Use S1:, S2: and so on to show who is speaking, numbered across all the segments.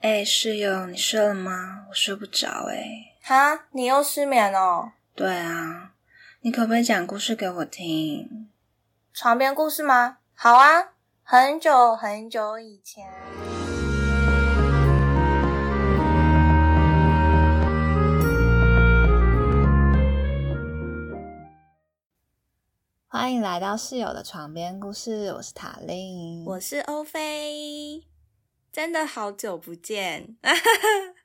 S1: 哎、室友，你睡了吗？我睡不着哎、
S2: 哈，你又失眠哦？
S1: 对啊，你可不可以讲故事给我听？
S2: 床边故事吗？好啊，很久很久以前。
S3: 欢迎来到室友的床边故事，我是塔令。
S4: 我是欧菲，真的好久不见。
S3: 嗯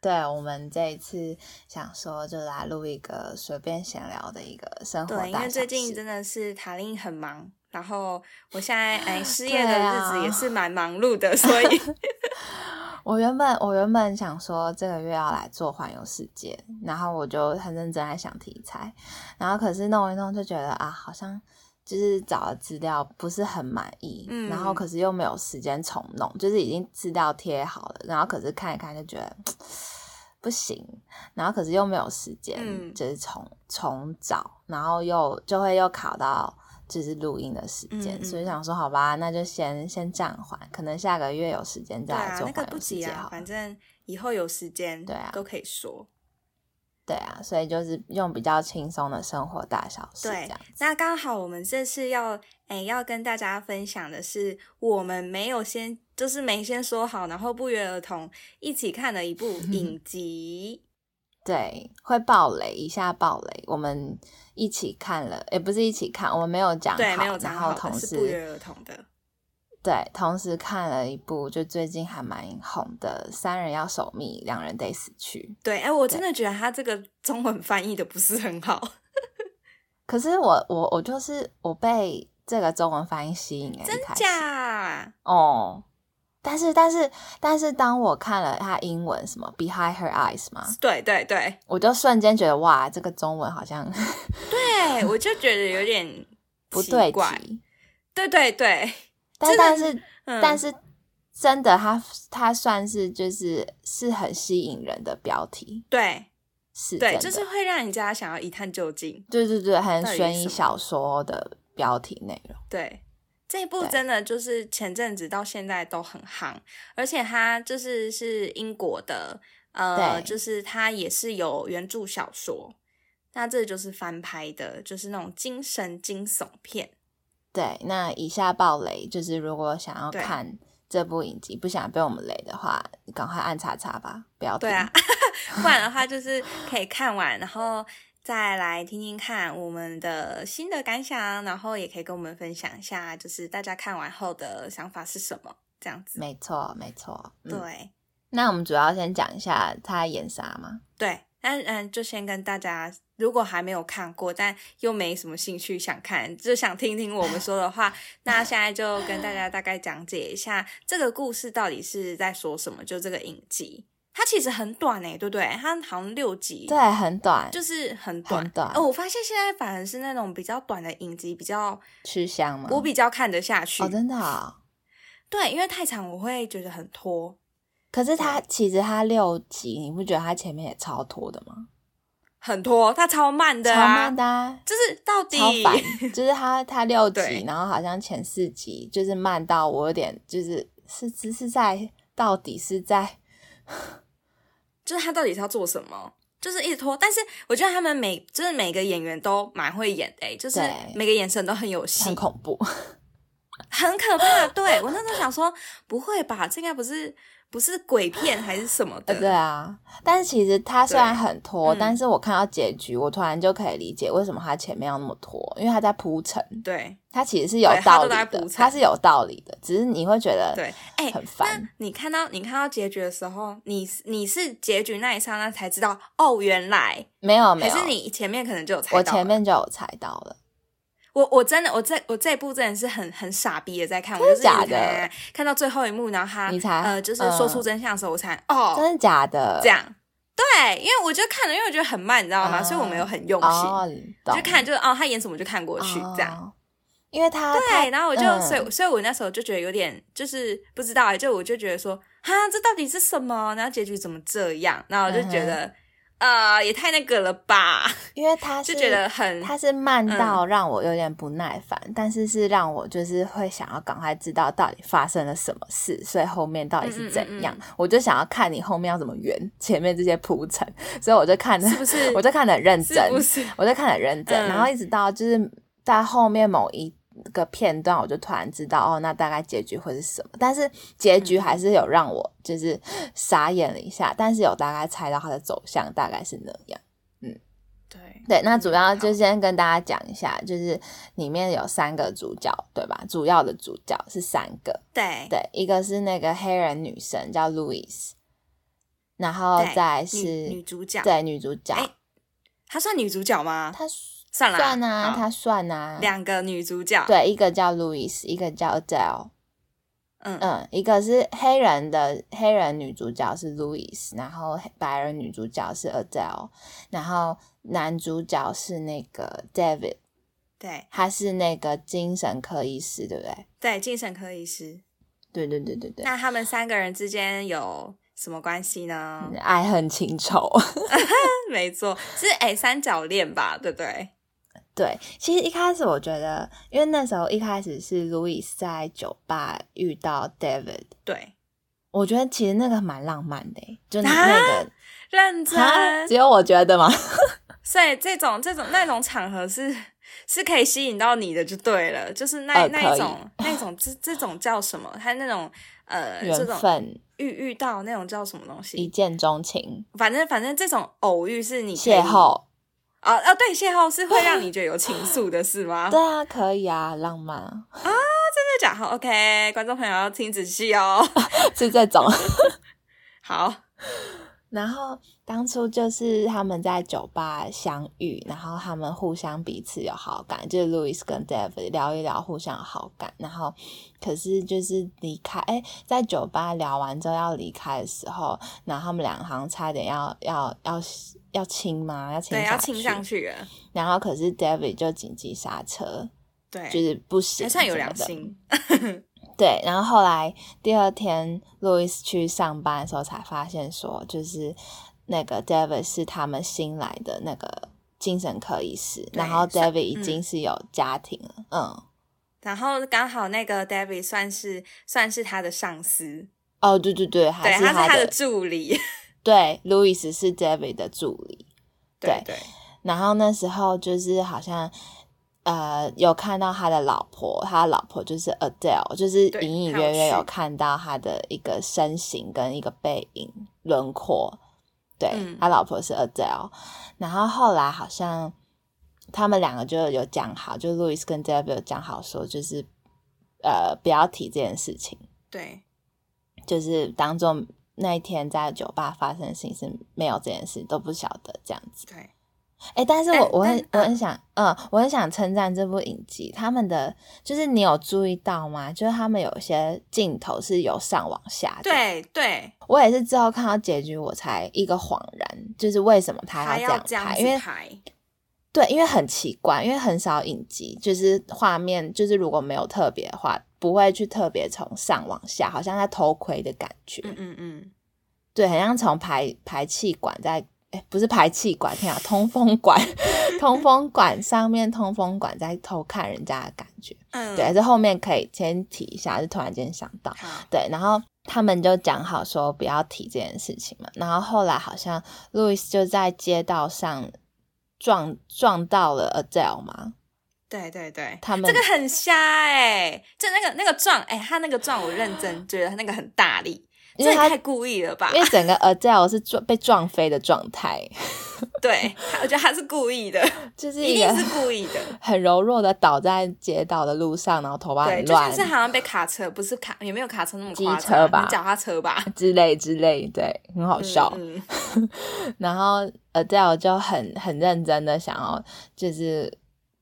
S3: 对我们这一次想说，就来录一个随便闲聊的一个生活大
S4: 对，因为
S3: 小
S4: 最近
S3: 事
S4: 真的是塔令很忙，然后我现在哎失 业
S3: 对
S4: 的日
S3: 啊
S4: 子也是蛮忙碌 的，所以啊
S3: 我原本我原本想说这个月要来做环游世界，然后我就很认真在想题材，然后可是弄一弄就觉得啊，好像就是找的资料不是很满意，
S4: 嗯
S3: 然后可是又没有时间重弄，就是已经资料贴好了，然后可是看一看就觉得。不行，然后可是又没有时间，
S4: 嗯
S3: 就是重重找，然后又就会又考到就是录音的时间，
S4: 嗯嗯
S3: 所以想说好吧，那就先先暂缓，可能下个月有时间
S4: 对
S3: 再来
S4: 啊，
S3: 做
S4: 那个
S3: 环
S4: 不
S3: 游世
S4: 急
S3: 界
S4: 啊
S3: 好，了
S4: 反正以后有时间
S3: 对啊
S4: 都可以说。
S3: 对啊，所以就是用比较轻松的生活大小事这
S4: 对
S3: 样子。
S4: 那刚好我们这次要哎要跟大家分享的是，我们没有先就是没先说好，然后不约而同一起看了一 部
S3: 嗯
S4: 影集。
S3: 对，会爆雷一下爆雷。我们一起看了，也不是一起看，我们没有讲
S4: 对，
S3: 好
S4: 没有讲
S3: 然后
S4: 好的，
S3: 同
S4: 是不
S3: 时
S4: 约而同的。
S3: 对，同时看了一部就最近还蛮红的《三人要守密，两人得死去
S4: 对，哎、我真的觉得他这个中文翻译的不是 很好，》。
S3: 可是我我我就是我被这个中文翻译吸引了，
S4: 真
S3: 一开始
S4: 假？
S3: 哦。但是但是但是，当我看了他英文什么 “Behind Her Eyes” 嘛，
S4: 对对对
S3: 我就瞬间觉得哇，这个中文好 像
S4: 对，我就觉得有点
S3: 不
S4: 奇
S3: 对
S4: 怪。
S3: 题。
S4: 对对对，
S3: 但
S4: 真的
S3: 但是、
S4: 嗯，
S3: 但是真的它，它算是就是是很吸引人的标题，
S4: 对
S3: 是真
S4: 对，
S3: 的，
S4: 就是会让人家想要一探究竟。
S3: 对对对，很
S4: 到底是
S3: 悬
S4: 什
S3: 疑
S4: 么
S3: 小说的标题内容。
S4: 对，这一部
S3: 对
S4: 真的就是前阵子到现在都很夯，而且它就是是英国的，呃，
S3: 对
S4: 就是它也是有原著小说，那这就是翻拍的，就是那种精神惊悚片。
S3: 对，那以下暴雷就是，如果想要
S4: 对
S3: 看这部影集，不想被我们雷的话，你赶快按叉叉吧，不要
S4: 对啊
S3: 停，
S4: 不然的话就是可以看完，然后再来听听看我们的新的感想，然后也可以跟我们分享一下，就是大家看完后的想法是什么，这样子。
S3: 没错没错。嗯、
S4: 对、，
S3: 那我们主要先讲一下他在演啥嘛？
S4: 对，那嗯，就先跟大家，如果还没有看过，但又没什么兴趣想看，就想听听我们说的话，那现在就跟大家大概讲解一下这个故事到底是在说什么，就这个影集。它其实很短欸诶、对不对？它好像六集，
S3: 对，很短，
S4: 嗯就是很短。
S3: 很短
S4: 哦，我发现现在反而是那种比较短的影集，比较
S3: 吃香吗？
S4: 我比较看得下去。
S3: 哦，真的啊、
S4: 对，因为太长我会觉得很拖。
S3: 可是它其实它六集，你不觉得它前面也超拖的吗？
S4: 很拖，它超慢的、
S3: 超
S4: 啊，
S3: 慢的、啊，
S4: 就是到底
S3: 超烦。就是它它六集
S4: 对，
S3: 然后好像前四集就是慢到我有点就是是是是在到底是在
S4: 就是他到底是要做什么，就是一直拖。但是我觉得他们每就是每个演员都蛮会演的、欸，就是
S3: 对
S4: 每个眼神都很有戏
S3: 很，恐怖，
S4: 很可怕。对我那时候想说，不会吧，这应该不是不是鬼片还是什么的？
S3: 对啊。但是其实它虽然很拖，
S4: 嗯
S3: 但是我看到结局，我突然就可以理解为什么它前面要那么拖，因为它在铺陈，
S4: 对
S3: 它其实是有
S4: 对它
S3: 道
S4: 都
S3: 理
S4: 在
S3: 的
S4: 铺，陈
S3: 它是有道理的，只是你会觉得
S4: 对，哎、
S3: 很
S4: 那
S3: 烦。
S4: 你看到你看到结局的时候，你你是结局那一刹那才知道哦，原来，
S3: 没有没
S4: 还
S3: 有，
S4: 是你前面可能就有猜到
S3: 我
S4: 了。
S3: 前面就有猜到了。
S4: 我我真的我这我这一部真的是很很傻逼的在看，我
S3: 真的
S4: 就是一直
S3: 假的
S4: 看看看看到最后一幕，然后他
S3: 你才
S4: 呃就是说出真相的时候，我才、哦
S3: 真的假的？
S4: 这样。对，因为我就看了，因为我觉得很慢，你知道吗？
S3: 啊
S4: 所以我没有很用心，
S3: 哦，
S4: 我
S3: 懂
S4: 就看就是哦，他演什么就看过去、
S3: 哦
S4: 这样。
S3: 因为他
S4: 对，然后我就、
S3: 嗯
S4: 所以所以我那时候就觉得有点就是不知
S3: 嗯
S4: 道欸，就我就觉得说哈，这到底是什么？然后结局怎么这样？然后我就觉得、呃，也太那个了吧？
S3: 因为他是
S4: 就觉得嗯很
S3: 他是慢到让我有点不耐烦，但是是让我就是会想要赶快知道到底发生了什么事，所以后面到底是怎样，
S4: 嗯
S3: 我就想要看你后面要怎么圆前面这些铺陈，所以我就看的
S4: 是不是
S3: 我就看的认
S4: 是
S3: 真，
S4: 不是？
S3: 我就看得很认真，
S4: 嗯
S3: 然后一直到就是到后面某一个片段，我就突然知道哦，那大概结局会是什么。但是结局还是有让我就是傻眼了一下，但是有大概猜到它的走向大概是那样。
S4: 对
S3: 对，那主要
S4: 嗯
S3: 就
S4: 好
S3: 先跟大家讲一下，就是里面有三个主角，对吧？主要的主角是三个，
S4: 对
S3: 对，一个是那个黑人女生叫 Louis，然后
S4: 对
S3: 再是
S4: 女女主角，
S3: 对女主角，
S4: 哎她算女主角吗？
S3: 她
S4: 算啦，
S3: 算啊，
S4: 好
S3: 她算啊，
S4: 两个女主角，，
S3: 对，一个叫 Louis，一个叫 Adele。
S4: 嗯
S3: 嗯，一个是黑人的黑人女主角是 Louis，然后黑白人女主角是 Adele，然后男主角是那个 David，
S4: 对
S3: 他是那个精神科医师，对不对？
S4: 对，精神科医师。
S3: 对对对对对。
S4: 那他们三个人之间有什么关系呢？
S3: 爱恨情仇，
S4: 没错，是哎三角恋吧，对不对？
S3: 对，其实一开始我觉得，因为那时候一开始是 Louis 在酒吧遇到 David，
S4: 对，
S3: 我觉得其实那个蛮浪漫的欸，就那
S4: 啊
S3: 那个，
S4: 认
S3: 啊
S4: 真
S3: 只。有我觉得吗？
S4: 所以这种这种那种场合是 是可以吸引到你的，就对了，就是那、
S3: 呃
S4: 那
S3: 可
S4: 一
S3: 以
S4: 种 那一种这这种叫什么？他那种呃这
S3: 缘
S4: 种
S3: 分
S4: 遇遇到那种叫什么东
S3: 一
S4: 西？
S3: 见钟情，
S4: 反正反正这种偶遇是你可以
S3: 邂逅，
S4: 哦哦，对，邂逅是会让你觉得有情愫的，是 吗？
S3: 对啊，可以啊，浪漫啊
S4: 真的假的？好，OK，观众朋友要听仔细 哦。
S3: 是这种。
S4: 好，
S3: 然后当初就是他们在酒吧相遇，然后他们互相彼此有好感，就是 Louis 跟 David 聊一聊，互相有好感。然后可是就是离开，哎，在酒吧聊完之后要离开的时候，然后他们两个好像差点要要要要亲吗？要亲
S4: 对，
S3: 下
S4: 要亲
S3: 去
S4: 上。去了，
S3: 然后可是 David 就紧急刹车，
S4: 对，
S3: 就是不行，
S4: 还算有良
S3: 两
S4: 心。
S3: 对，然后后来第二天，路易斯去上班的时候才发现说，就是那个 David 是他们新来的那个精神科医师，然后
S4: 算
S3: David 已
S4: 嗯
S3: 经是有家庭了，嗯，
S4: 然后刚好那个 David 算是算是他的上司，
S3: 哦，对对对，
S4: 对，
S3: 还
S4: 他是
S3: 他
S4: 他
S3: 的
S4: 的助理，
S3: 对，路易斯是 David 的助理， 对
S4: 对
S3: 然后那时候就是好像呃有看到他的老婆，他的老婆就是 Adele，就是
S4: 对
S3: 隐隐
S4: 她有
S3: 约约
S4: 去
S3: 有看到他的一个身形跟一个背影轮廓。对，
S4: 嗯
S3: 他老婆是 Adele，然后后来好像他们两个就有讲好，就 Louis 跟 David 有讲好说，就是呃不要提这件事情，
S4: 对
S3: 就是当做那一天在酒吧发生的事情是没有这件事，都不晓得这样子。
S4: 对，
S3: 哎、但是
S4: 但
S3: 我我很我
S4: 但
S3: 很想，嗯，我很想称赞这部影集，他们的就是你有注意到吗？就是他们有些镜头是由上往下的。，
S4: 对对，
S3: 我也是之后看到结局，我才一个恍然，就是为什么他
S4: 还
S3: 要
S4: 要
S3: 这
S4: 这
S3: 样
S4: 样
S3: 拍，
S4: 子
S3: 因为
S4: 拍，
S3: 对，因为很奇怪，因为很少影集，就是画面就是如果没有特别的话，不会去特别从上往下，好像在偷窥的感觉。
S4: 嗯嗯嗯，
S3: 对，很像从排排气管在，哎，不是排气管，天啊，通风管，通风管上面通风管在偷看人家的感觉。
S4: 嗯
S3: 对，这后面可以先提一下，就突然间想到。
S4: 好，
S3: 对，然后他们就讲好说不要提这件事情嘛。然后后来好像路易斯就在街道上撞撞到了 Adele 嘛，
S4: 对对对，
S3: 他们
S4: 这个很瞎哎，就那个那个撞哎，他那个撞我认真觉得他那个很大力，
S3: 因
S4: 这
S3: 为
S4: 也
S3: 他
S4: 太故意了吧？
S3: 因为整个 Adele 是撞被撞飞的状态，
S4: 对，他我觉得他是故意的，
S3: 就是
S4: 一
S3: 一个
S4: 定是故意的。
S3: 很柔弱的倒在街道的路上，然后头发
S4: 对，
S3: 很
S4: 就
S3: 乱
S4: 像。是好像被卡车，不是卡，也没有卡车那么
S3: 机
S4: 夸
S3: 车
S4: 张，
S3: 吧
S4: 你脚踏车吧，
S3: 之类之类，对，很好笑。
S4: 嗯嗯
S3: 然后 Adele 就很很认真的想要就是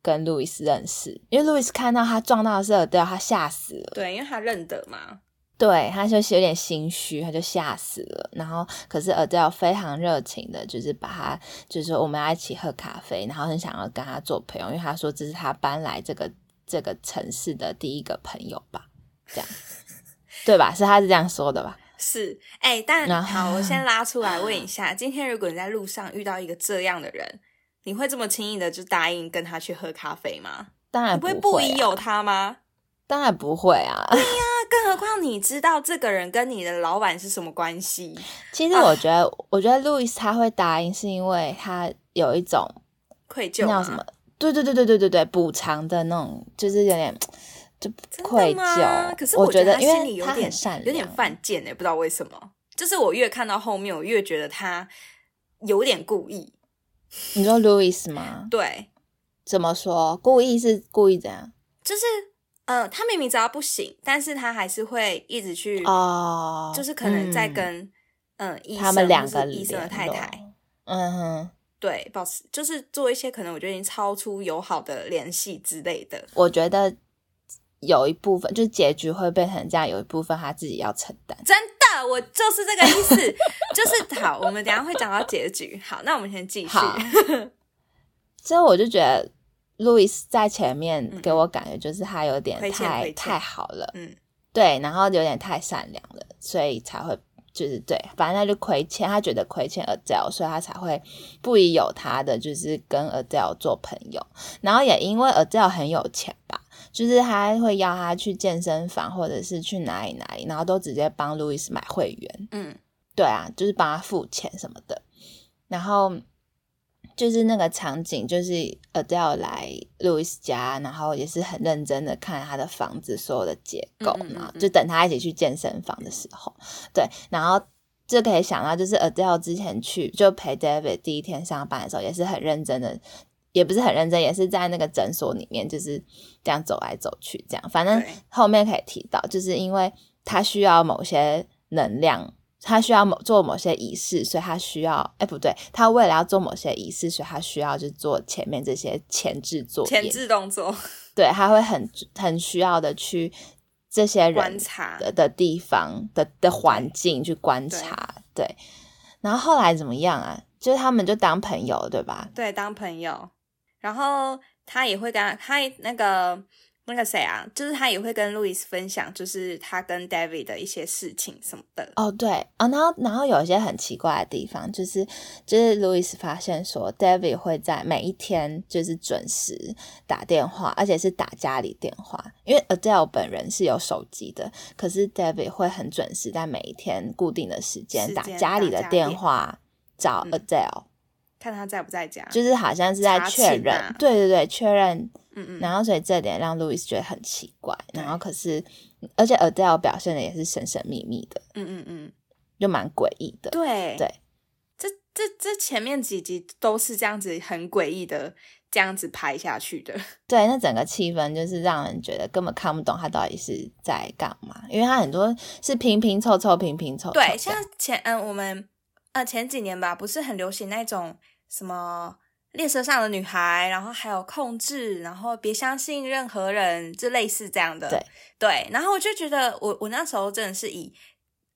S3: 跟路易斯认识，因为路易斯看到他撞到的是 Adele，他吓死了，
S4: 对，因为他认得嘛，
S3: 对，他就是有点心虚，他就吓死了。然后可是 Adele 非常热情的，就是把他就是说我们要一起喝咖啡，然后很想要跟他做朋友，因为他说这是他搬来这个这 个城市的第一个朋友吧，这样对吧？是他是这样说的吧？
S4: 是，哎、但
S3: 然
S4: 好，
S3: 后
S4: 我先拉出来问一下，今天如果你在路上遇到一个这样的人，你会这么轻易的就答应跟他去喝咖啡吗？
S3: 当然
S4: 你不会
S3: 不
S4: 不
S3: 会
S4: 疑
S3: 啊
S4: 有他吗？
S3: 当然不会啊。
S4: 那更何况你知道这个人跟你的老板是什么关系？
S3: 其
S4: 啊
S3: 实我觉得，我觉得路易斯他会答应，是因为他有一种
S4: 愧疚
S3: 那
S4: 吗
S3: 叫什么？对对对对对对对，补偿的那种，就是有点就
S4: 真的
S3: 愧
S4: 吗
S3: 疚。
S4: 可是
S3: 我
S4: 觉
S3: 觉得，
S4: 他
S3: 因
S4: 心里
S3: 为
S4: 有
S3: 他
S4: 点
S3: 很善良，
S4: 有点犯贱哎、不知道为什么。就是我越看到后面，我越觉得他有点故意。
S3: 你说路易斯吗？
S4: 对，
S3: 怎么说？故意是故意怎样？
S4: 就是呃，他明明知道不行，但是他还是会一直去，
S3: 哦，
S4: 就是可能在
S3: 嗯
S4: 跟嗯、呃、医生
S3: 他们两
S4: 或是
S3: 个
S4: 医生的
S3: 联
S4: 太
S3: 络
S4: 太，
S3: 嗯哼，
S4: 对保持就是做一些可能我觉得已经超出友好的联系之类的。
S3: 我觉得有一部分就是结局会变成这样，有一部分他自己要承担。
S4: 真的，我就是这个意思，就是好，我们等一下会讲到结局。好，那我们先继续。
S3: 好所以我就觉得路易斯在前面
S4: 嗯
S3: 给我感觉就是他有点
S4: 亏欠
S3: 太
S4: 亏欠
S3: 太好了，
S4: 嗯，
S3: 对，然后有点太善良了，所以才会就是对，反正他就亏欠，他觉得亏欠 Adele，所以他才会不疑有他的，就是跟 Adele 做朋友。然后也因为 Adele 很有钱吧，就是他会邀他去健身房或者是去哪里哪里，然后都直接帮路易斯买会员。
S4: 嗯，
S3: 对啊，就是帮他付钱什么的。然后就是那个场景，就是 Adele 来路易斯家，然后也是很认真的看他的房子所有的结构，
S4: 嗯嗯嗯
S3: 然后
S4: 嗯
S3: 就等他一起去健身房的时候，对，然后。就可以想到，就是 Adele 之前去就陪 David 第一天上班的时候，也是很认真的，也不是很认真，也是在那个诊所里面就是这样走来走去，这样。反正
S4: 对
S3: 后面可以提到，就是因为他需要某些能量，他需要某做某些仪式，所以他需要，哎、不对，他为了要做某些仪式，所以他需要就做前面这些前置作业，
S4: 前置动作
S3: 对，他会很很需要的去这些
S4: 观
S3: 人
S4: 察，
S3: 的的地方的的环境去观察，对然后后来怎么样啊？就是他们就当朋友了，对吧？
S4: 对，当朋友。然后他也会跟他他那个那个谁啊，就是他也会跟路易斯分享，就是他跟 David 的一些事情什么的。
S3: 哦，对啊、然后然后有一些很奇怪的地方，就是就是路易斯发现说，David 会在每一天就是准时打电话，而且是打家里电话，因为 Adele 本人是有手机的，可是 David 会很准时在每一天固定的时间
S4: 时
S3: 打
S4: 间
S3: 家里
S4: 打
S3: 的
S4: 家
S3: 电
S4: 电
S3: 话找
S4: 嗯
S3: Adele，、
S4: 看他在不在家，
S3: 就是好像是在
S4: 查
S3: 确
S4: 寝
S3: 认，
S4: 啊
S3: 对对对，确认
S4: 嗯嗯，
S3: 然后所以这点让路易斯觉得很奇怪，
S4: 对
S3: 然后可是而且 Adele 表现的也是神神秘秘的，
S4: 嗯嗯嗯，
S3: 就蛮诡异的。
S4: 对
S3: 对，
S4: 这这这前面几集都是这样子很诡异的这样子拍下去的。
S3: 对，那整个气氛就是让人觉得根本看不懂他到底是在干嘛，因为他很多是拼拼凑凑、拼拼凑凑这样。
S4: 对，像前嗯，我们呃前几年吧，不是很流行那种什么列车上的女孩，然后还有控制，然后别相信任何人，就类似这样的。
S3: 对
S4: 对，然后我就觉得我我那时候真的是以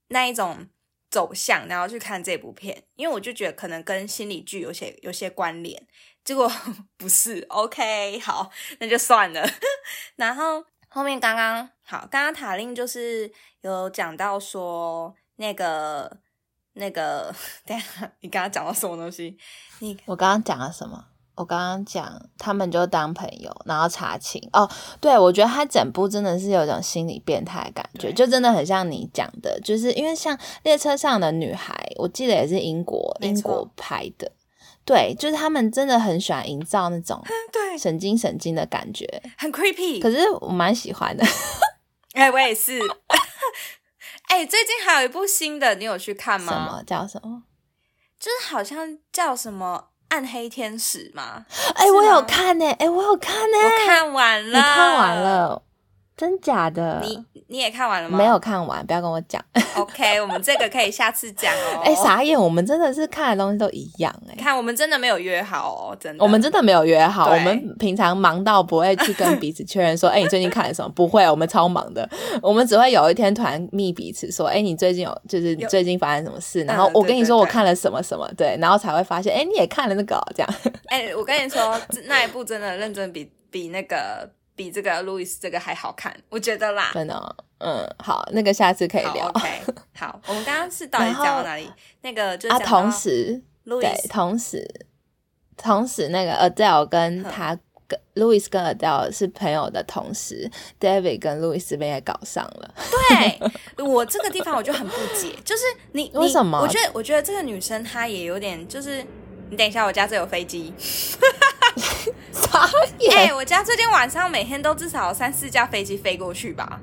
S4: 那一种走向，然后去看这部片，因为我就觉得可能跟心理剧有些有些关联。结果 不是，OK，好，那就算了。 然后后面刚刚好，刚刚塔令就是有讲到说那个那个，等一下你刚刚讲到什么 东西？你
S3: 我刚刚讲了什么？我刚刚讲他们就当朋友，然后查情哦。对，我觉得他整部真的是有一种心理变态的感觉，
S4: 对
S3: 就真的很像你讲的，就是因为像《列车上的女孩》，我记得也是英国
S4: 没错
S3: 英国拍的，对，就是他们真的很喜欢营造那 种
S4: 对，
S3: 神经神经的感觉，
S4: 很 creepy。
S3: 可是我蛮喜欢的。
S4: 哎、我也是。 哎、最近还有一部新的，你有去看
S3: 什
S4: 吗？
S3: 么叫什么？
S4: 就是好像叫什么《暗黑天使》嘛，
S3: 哎、
S4: 是
S3: 我有
S4: 吗
S3: 看呢、哎、我有看呢、
S4: 我看完
S3: 你
S4: 了，
S3: 看完，了，真假的？
S4: 你哦你也看完了吗？
S3: 没有看完，不要跟我讲。
S4: OK，我们这个可以下次讲哦。
S3: 哎、傻眼，我们真的是看的东西都一样哎、
S4: 你看，我们真的没有约好哦，真的。
S3: 我们真的没有约好，
S4: 对
S3: 我们平常忙到不会去跟彼此确认说，哎、你最近看了什么？不会，我们超忙的，我们只会有一天突然密彼此说，哎、你最近有就是你
S4: 有嗯
S3: 最近发生什么事？然后我
S4: 对
S3: 跟你
S4: 对
S3: 说我
S4: 对
S3: 看了什么什么，对，然后才会发现，哎、你也看了那个哦、这样。
S4: 哎、我跟你说，这那一部真的认真比比那个比这个路易斯这个还好看，我觉得啦。
S3: 真的哦，嗯，好，那个下次可以
S4: 好
S3: 聊。
S4: ，OK，好，我们刚刚是到底
S3: 然后
S4: 讲到哪里？那个就是
S3: 啊，
S4: 讲到
S3: 同时，
S4: 路易
S3: 对，
S4: 斯
S3: 同时，同时那个 Adele 跟他跟 Louis 跟 Adele 是朋友的同时，David 跟 Louis 这边也搞上了。
S4: 对我这个地方我就很不解，就是你你
S3: 为什么
S4: 我觉得我觉得这个女生她也有点就是，你等一下，我家这有飞机。
S3: 傻
S4: 哎、
S3: 眼，
S4: 我家最近晚上每天都至少有三四架飞机飞过去吧。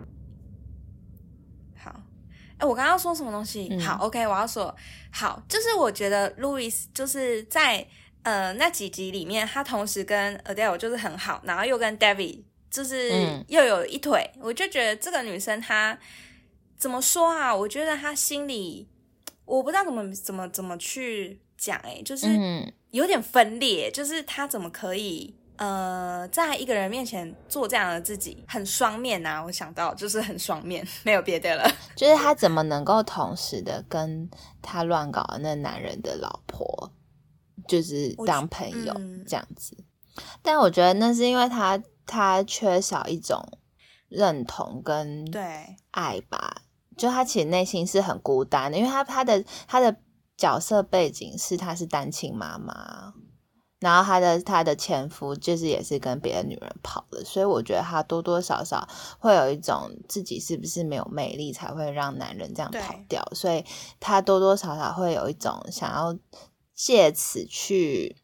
S4: 好，哎、我刚刚说什么东西？
S3: 嗯
S4: 好，OK，我要说，好，就是我觉得路易斯就是在呃那几集里面，他同时跟 Adele 就是很好，然后又跟 David 就是
S3: 嗯
S4: 又有一腿，我就觉得这个女生她怎么说啊？我觉得她心里我不知道怎么怎么怎么去讲，哎，就是。
S3: 嗯，
S4: 有点分裂，就是他怎么可以呃，在一个人面前做这样的自己，很双面啊！我想到就是很双面， 没有别的了。
S3: 就是他怎么能够同时的跟他乱搞的那男人的老婆，就是
S4: 我
S3: 当
S4: 觉
S3: 朋友
S4: 嗯
S3: 这样子？但我觉得那是因为他他缺少一种认同跟
S4: 对，
S3: 爱吧，就他其实内心是很孤单的，因为他他的他的角色背景是他是单亲妈妈，然后他的他的前夫就是也是跟别的女人跑了，所以我觉得他多多少少会有一种自己是不是没有魅力才会让男人这样
S4: 对
S3: 跑掉，所以他多多少少会有一种想要借此去。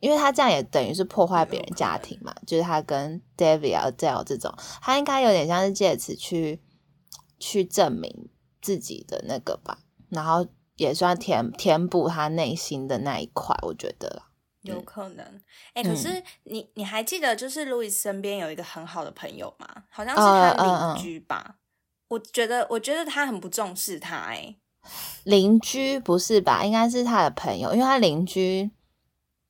S3: 因为他这样也等于是破坏别人家庭嘛，就是他跟 David 啊 Adele 这种，他应该有点像是借此去去证明自己的那个吧，然后也算填填补他内心的那一块，我觉得啦。
S4: 有可能。哎、
S3: 嗯
S4: 可是你你还记得就是路易斯身边有一个很好的朋友吗？好像是
S3: 呃
S4: 他邻居吧。我觉得，我觉得他很不重视他、哎，
S3: 邻居不是吧？应该是他的朋友，因为他邻居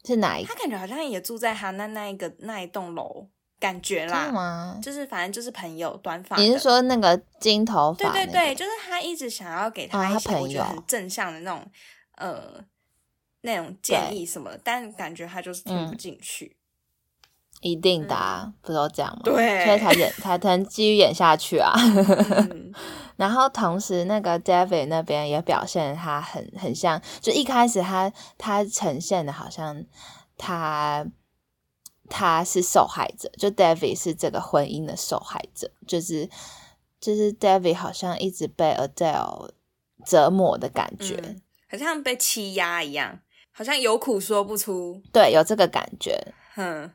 S3: 是哪一个
S4: 他？感觉好像也住在他那那一个那一栋楼，感觉
S3: 真的
S4: 啦，
S3: 吗？
S4: 就是反正就是朋友，短发的。
S3: 你是说那个金头发、
S4: 对
S3: 那个？
S4: 对对，就是他一直想要给他
S3: 啊
S4: 一
S3: 他
S4: 些我
S3: 朋
S4: 觉得
S3: 友
S4: 很正向的那种呃那种建
S3: 对
S4: 议什么的，但感觉他就是听不
S3: 嗯
S4: 进去。
S3: 一定的、啊，不都这样吗？
S4: 嗯对
S3: 所以才演才能继续演下去啊。
S4: 嗯，
S3: 然后同时，那个 David 那边也表现他很很像，就一开始他他呈现的好像他他是受害者，就 David 是这个婚姻的受害者，就是就是 David 好像一直被 Adele 折磨的感觉，
S4: 嗯好像被欺压一样，好像有苦说不出。
S3: 对，有这个感觉
S4: 哼，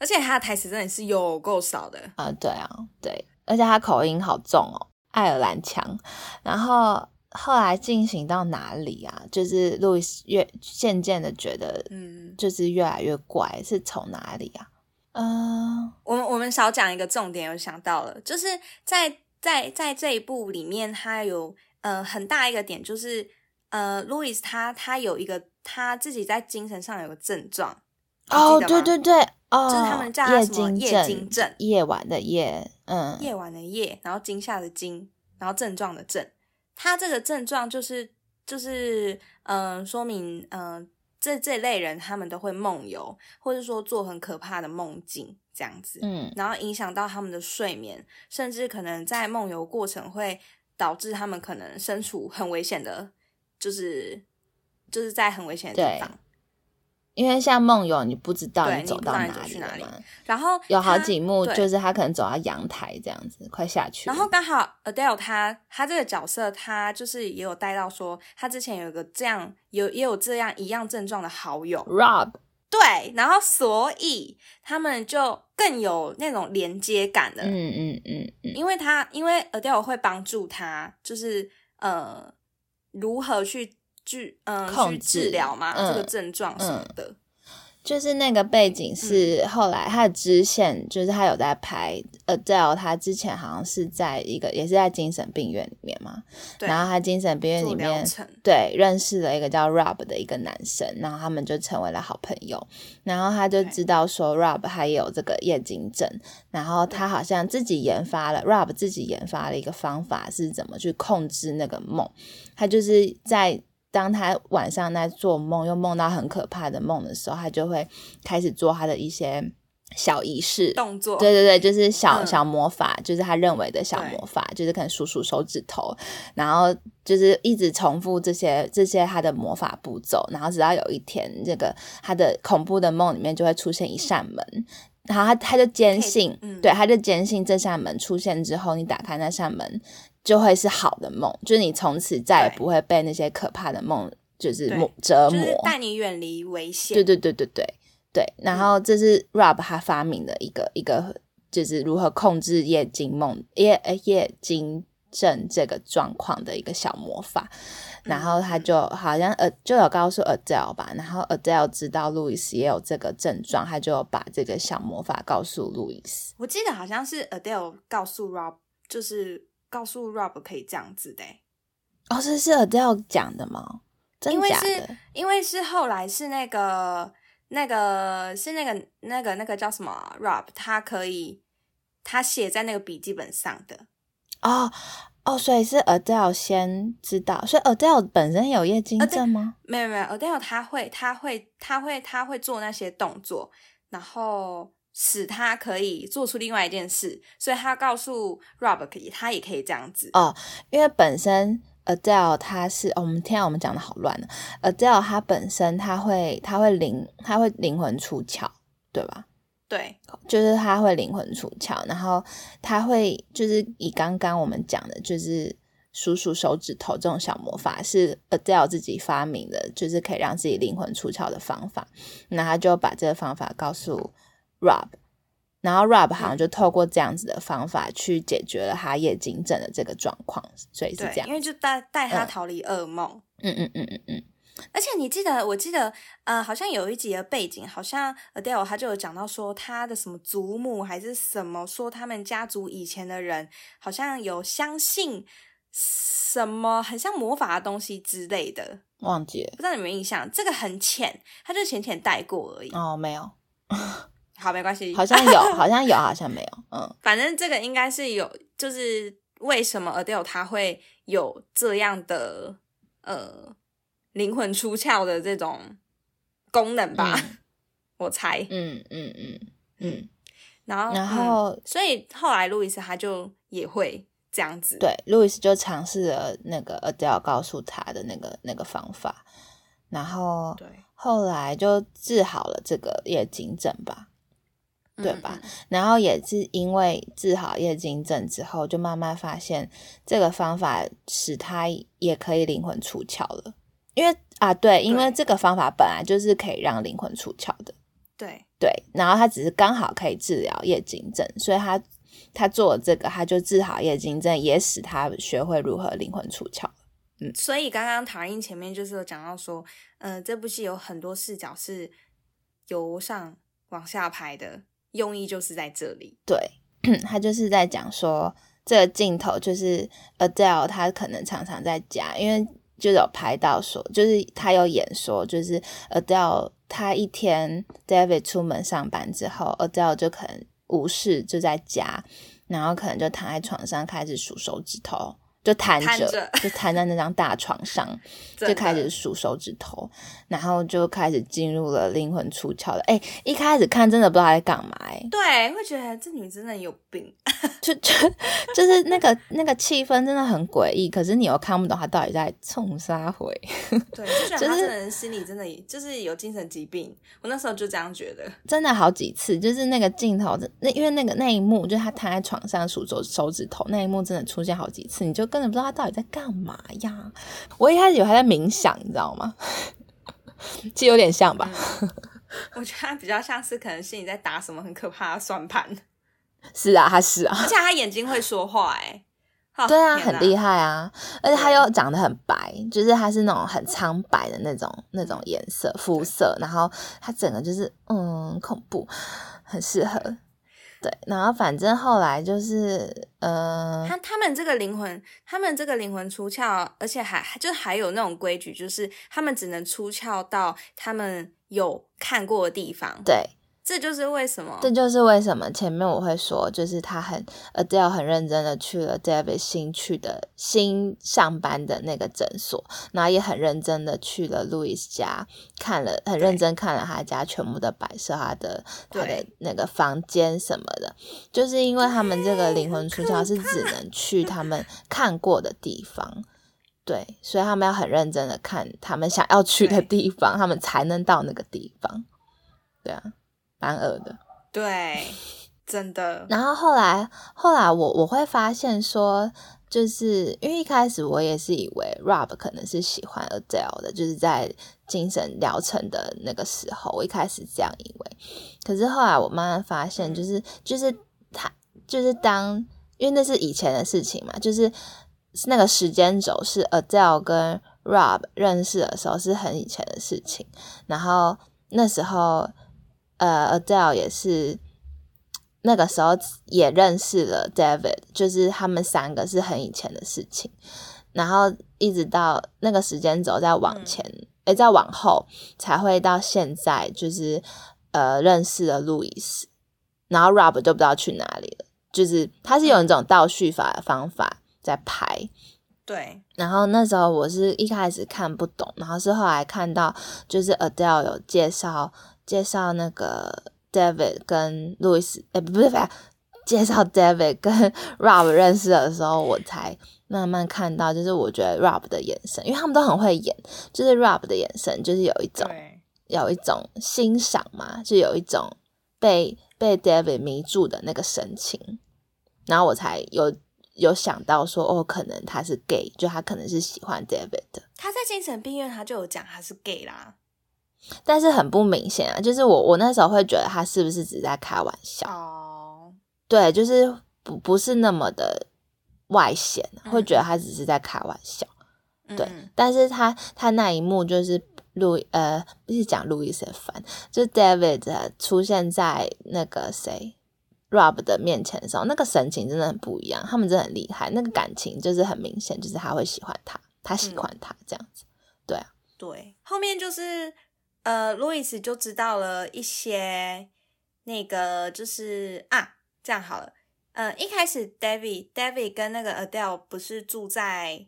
S4: 而且他的台词真的是有够少的。
S3: 啊、对啊，对，而且他口音好重哦，爱尔兰腔。然后后来进行到哪里啊？就是路易斯越渐渐的觉得，
S4: 嗯，
S3: 就是越来越怪，是从哪里啊？嗯、
S4: 我们我们少讲一个重点，我想到了，就是在在在这一部里面，他有呃很大一个点就是呃路易斯他他有一个他自己在精神上有个症状。你
S3: 哦，
S4: 记得
S3: 对
S4: 吗
S3: 对对，哦，
S4: 就是他们叫它
S3: 夜
S4: 什么
S3: 惊
S4: 夜
S3: 症，
S4: 惊症
S3: 夜晚的夜，嗯，
S4: 夜晚的夜，然后惊吓的惊，然后症状的症。他这个症状就是就是嗯、呃说明嗯、呃这这类人他们都会梦游，或者说做很可怕的梦境这样子，
S3: 嗯，
S4: 然后影响到他们的睡眠，甚至可能在梦游过程会导致他们可能身处很危险的，就是就是在很危险的地
S3: 对
S4: 方。
S3: 因为像梦游，你不知道
S4: 对
S3: 你
S4: 你
S3: 走
S4: 不知
S3: 到
S4: 道你走
S3: 哪
S4: 去
S3: 里了
S4: 哪里
S3: 嘛
S4: 然后
S3: 有好
S4: 他
S3: 几幕
S4: 对
S3: 就是他可能走到阳台这样子，快下去了。
S4: 然后刚好 Adele 她她这个角色，她就是也有带到说，她之前有一个这样有也有这样一样症状的好友，
S3: Rob
S4: 对，然后所以他们就更有那种连接感了，
S3: 嗯嗯嗯嗯，
S4: 因为他因为 Adele 会帮助他，就是呃如何去治呃
S3: 控
S4: 去
S3: 制
S4: 治疗嘛、
S3: 嗯
S4: 这个症状什么的，
S3: 就是那个背
S4: 嗯
S3: 景是后来他的支线，就是他有在拍 Adele，他之前好像是在一个也是在精神病院里面嘛，
S4: 对，
S3: 然后他精神病院
S4: 做
S3: 里
S4: 疗
S3: 面
S4: 程，
S3: 对，认识了一个叫 Rob 的一个男生，然后他们就成为了好朋友。然后他就
S4: 对
S3: 知道说 Rob 他也有这个夜惊症，然后他好像自己研发了 Rob 自己研发了一个方法，是怎么去控制那个梦。他就是在当他晚上在做梦，又梦到很可怕的梦的时候，他就会开始做他的一些小仪式，
S4: 动作，
S3: 对对对，就是小、
S4: 嗯
S3: 小魔法，就是他认为的小
S4: 对
S3: 魔法，就是可能数数手指头，然后就是一直重复这些这些他的魔法步骤，然后直到有一天，这个他的恐怖的梦里面就会出现一扇门。然后他他就坚
S4: 可以
S3: 信，
S4: 嗯
S3: 对，他就坚信这扇门出现之后，你打开那扇门就会是好的梦，就是你从此再也
S4: 对
S3: 不会被那些可怕的梦就是
S4: 对
S3: 磨折
S4: 就
S3: 磨，
S4: 是带你远离危险。
S3: 对对对对对对，
S4: 嗯
S3: 然后这是 Rob 他发明的一个一个，就是如何控制夜惊梦夜呃夜惊症这个状况的一个小魔法。然后他
S4: 嗯
S3: 就好像呃就有告诉 Adele 吧，然后 Adele 知道路易斯也有这个症状，他就有把这个小魔法告诉路易斯。
S4: 我记得好像是 Adele 告诉 Rob，就是告诉 Rob 可以这样子的欸、
S3: 哦，这是 Adele 讲的吗？真
S4: 因为
S3: 假
S4: 是
S3: 的？
S4: 因为是后来是那个那个是那个那个那个叫什么啊 Rob，他可以他写在那个笔记本上的，
S3: 哦哦，所以是 Adele 先知道，所以 Adele 本身有夜惊
S4: Adele-
S3: 症吗？
S4: 没有没有，Adele 他会他会他会他会做那些动作，然后使他可以做出另外一件事，所以他告诉 Rob 可以，他也可以这样子。
S3: 哦因为本身 Adele 她是、哦我们天啊，我们讲的好乱呢、Adele 啊她本身她会她会灵她会灵魂出窍，对吧？
S4: 对，
S3: 就是她会灵魂出窍，然后她会就是以刚刚我们讲的，就是数数手指头这种小魔法是 Adele 自己发明的，就是可以让自己灵魂出窍的方法。那她就把这个方法告诉 Rob。然后 Rob 好像就透过这样子的方法去解决了他夜惊症的这个状况，所以是这
S4: 对，
S3: 样
S4: 因。为就带带他
S3: 嗯
S4: 逃离噩梦。
S3: 嗯嗯嗯嗯嗯，
S4: 而且你记得，我记得，呃，好像有一集的背景，好像 Adele 她就有讲到说，她的什么祖母还是什么，说他们家族以前的人好像有相信什么很像魔法的东西之类的，
S3: 忘记了
S4: 不知道你有没有印象？这个很浅，他就浅浅带过而已。
S3: 哦，没有，
S4: 好，没关系，
S3: 好像有，好像有，好像没有，嗯，
S4: 反正这个应该是有，就是为什么 Adele 她会有这样的呃灵魂出窍的这种功能吧，
S3: 嗯
S4: 我猜。
S3: 嗯嗯嗯嗯，
S4: 然后，
S3: 然
S4: 嗯
S3: 后
S4: 所以后来路易斯他就也会这样子，，
S3: 对，路易斯就尝试了那个 Adele 告诉他的那个那个方法，然后
S4: 对
S3: 后来就治好了这个夜惊症吧，对
S4: 嗯
S3: 吧？
S4: 嗯
S3: 然后也是因为治好夜惊症之后，就慢慢发现这个方法使他也可以灵魂出窍了，因为啊，对，因为
S4: 对
S3: 这个方法本来就是可以让灵魂出窍的。
S4: 对，
S3: 对，然后他只是刚好可以治疗夜惊症，所以他他做了这个，他就治好夜惊症，也使他学会如何灵魂出窍。
S4: 所以刚刚唐英前面就是有讲到说，呃，这部戏有很多视角是由上往下拍的，用意就是在这里。
S3: 对， 他就是在讲说这个镜头就是 Adele，她可能常常在家，因为就是有拍到说，就是他有演说，就是 Adele 她一天 David 出门上班之后，Adele 就可能无事就在家，然后可能就躺在床上开始数手指头。就瘫
S4: 瘫
S3: 着，
S4: 着
S3: 就瘫在那张大床 上，
S4: 真
S3: 就
S4: 的
S3: 开始数手指头，然后就开始进入了灵魂出窍的。哎、一开始看真的不知道她在干嘛、哎，
S4: 对，会觉得这女真的有病。
S3: 就 就就是那个那个气氛真的很诡异，可是你又看不懂他到底在冲啥回。
S4: 对，就觉
S3: 就
S4: 得她
S3: 是
S4: 这人心里真的也就是有精神疾病。我那时候就这样觉得。
S3: 真的好几次，就是那个镜头，那因为那个那一幕，就是他躺在床上数手手指头那一幕，真的出现好几次，你就根本不知道他到底在干嘛呀。我一开始以为他在冥想，你知道吗？ 其实有点像吧，
S4: 我觉得她比较像是可能心里在打什么很可怕的算盘，
S3: 是啊，他是啊，
S4: 而且她眼睛会说话、 欸，哎、
S3: 对啊，
S4: 天哪
S3: 很厉害啊，而且他又长得很白，就是他是那种很苍白的那种那种颜色肤色，然后他整个就是嗯恐怖，很适合。对，然后反正后来就是呃，
S4: 他他们这个灵魂，他们这个灵魂出窍，而且还还就还有那种规矩，就是他们只能出窍到他们有看过的地方。
S3: 对，
S4: 这就是为什么
S3: 这就是为什么前面我会说，就是他很 Adele 很认真的去了 David 新去的新上班的那个诊所，然后也很认真的去了 Louis 家看了，很认真看了他家全部的摆设，他的他的
S4: 对
S3: 那个房间什么的，就是因为他们这个灵魂出窍是
S4: 可怕
S3: 只能去他们看过的地方。对，所以他们要很认真的看他们想要去的
S4: 对
S3: 地方，他们才能到那个地方。对啊，蛮恶的。
S4: 对，真的
S3: 然后后来后来我我会发现说，就是因为一开始我也是以为 Rob 可能是喜欢 Adele 的，就是在精神疗程的那个时候，我一开始这样以为。可是后来我慢慢发现，就是就是他就是当因为那是以前的事情嘛，就是那个时间轴是 Adele 跟 Rob 认识的时候是很以前的事情。然后那时候，呃，Adele 也是那个时候也认识了 David，就是他们三个是很以前的事情。然后一直到那个时间轴再往前，诶、再往后才会到现在，就是呃认识了路易斯，然后 Rob 就不知道去哪里了，就是他是有一种倒叙法的方法在拍，
S4: 对，
S3: 然后那时候我是一开始看不懂，然后是后来看到就是 Adele 有介绍介绍那个 David 跟 Louis，哎、不是不是，介绍 David 跟 Rob 认识的时候，我才慢慢看到，就是我觉得 Rob 的眼神，因为他们都很会演，就是 Rob 的眼神就是有一种
S4: 对，
S3: 有一种欣赏嘛，就有一种被被 David 迷住的那个神情，然后我才有有想到说，哦，可能他是 gay，就他可能是喜欢 David 的，
S4: 他在精神病院他就有讲他是 gay 啦。
S3: 但是很不明显啊，就是我我那时候会觉得他是不是只是在开玩笑，
S4: 哦，
S3: 对，就是不不是那么的外显，啊会觉得他只是在开玩笑。对
S4: 嗯
S3: 但是他他那一幕就是路呃，不是讲路易斯烦，就是 David 呃出现在那个谁 Rob 的面前的时候，那个神情真的很不一样，他们真的很厉害，那个感情就是很明显，就是他会喜欢他，他喜
S4: 嗯
S3: 欢他这样子。
S4: 对，后面就是呃，路易斯就知道了一些那个就是啊，这样好了。呃，一开始 David David 跟那个 Adele 不是住在，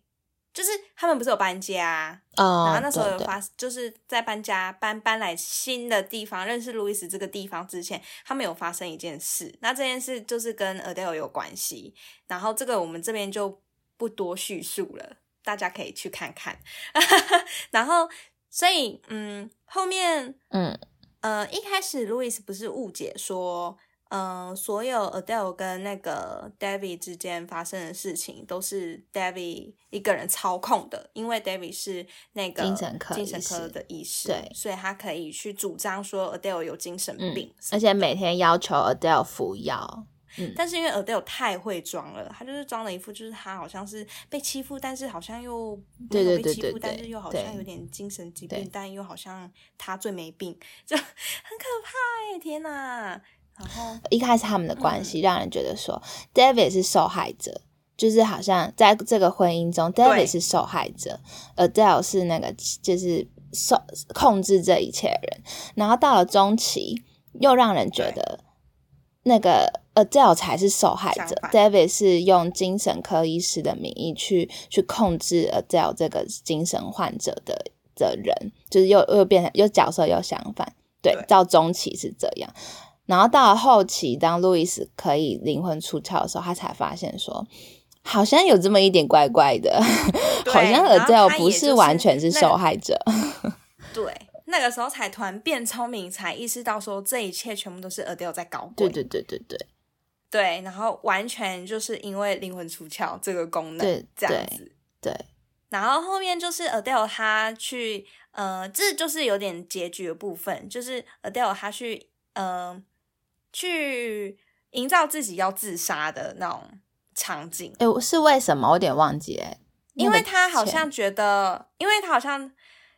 S4: 就是他们不是有搬家、啊
S3: 哦，
S4: 然后那时候
S3: 对
S4: 有
S3: 对
S4: 发，就是在搬家搬搬来新的地方，认识路易斯这个地方之前，他们有发生一件事。那这件事就是跟 Adele 有关系，然后这个我们这边就不多叙述了，大家可以去看看。 然后，所以嗯，后面
S3: 嗯
S4: 呃，一开始 Louis 不是误解说，呃，所有 Adele 跟那个 David 之间发生的事情都是 David 一个人操控的，因为 David 是那个
S3: 精神科
S4: 精神
S3: 医
S4: 科
S3: 师
S4: 的医师，
S3: 对
S4: 所以他可以去主张说 Adele 有精神
S3: 嗯
S4: 病，
S3: 而且每天要求 Adele 服药，
S4: 但是因为 Adele 太会装了，她就是装了一副就是她好像是被欺负，但是好像又没
S3: 对
S4: 有
S3: 对
S4: 被
S3: 对
S4: 欺
S3: 对
S4: 负，但
S3: 对
S4: 是又好
S3: 对
S4: 像有点精神疾
S3: 对
S4: 病，但又好像她最没病，就 很可怕哎、天哪！然 后
S3: 一开始他们的关
S4: 嗯
S3: 系让人觉得说、David 是受害者，就是好像在这个婚姻中，David 是受害者，Adele 是那个就是受控制这一切的人。然后到了中期，又让人觉得那个 Adele 才是受害者
S4: 相反
S3: ，David 是用精神科医师的名义去去控制 Adele 这个精神患者的的人，就是又又变成又角色又相反。对
S4: 对，
S3: 到中期是这样，然后到了后期，当路易斯可以灵魂出窍的时候，他才发现说，好像有这么一点怪怪的，
S4: 对
S3: 好像
S4: 然后他
S3: Adele 不
S4: 也就是
S3: 完全是
S4: 那
S3: 受
S4: 个
S3: 害者。
S4: 对，那个时候才突然变聪明，才意识到说这一切全部都是 Adele 在搞
S3: 对
S4: 鬼，
S3: 对对对对，
S4: 对然后完全就是因为灵魂出窍这个功能，
S3: 对
S4: 这样
S3: 对
S4: 子。
S3: 对，
S4: 然后后面就是 Adele 她去，呃，这就是有点结局的部分，就是 Adele 她去，呃，去营造自己要自杀的那种场景，
S3: 哎，我是为什么？我有点忘记哎，
S4: 因
S3: 那
S4: 为
S3: 个
S4: 他好
S3: 钱
S4: 像觉得，因为他好像，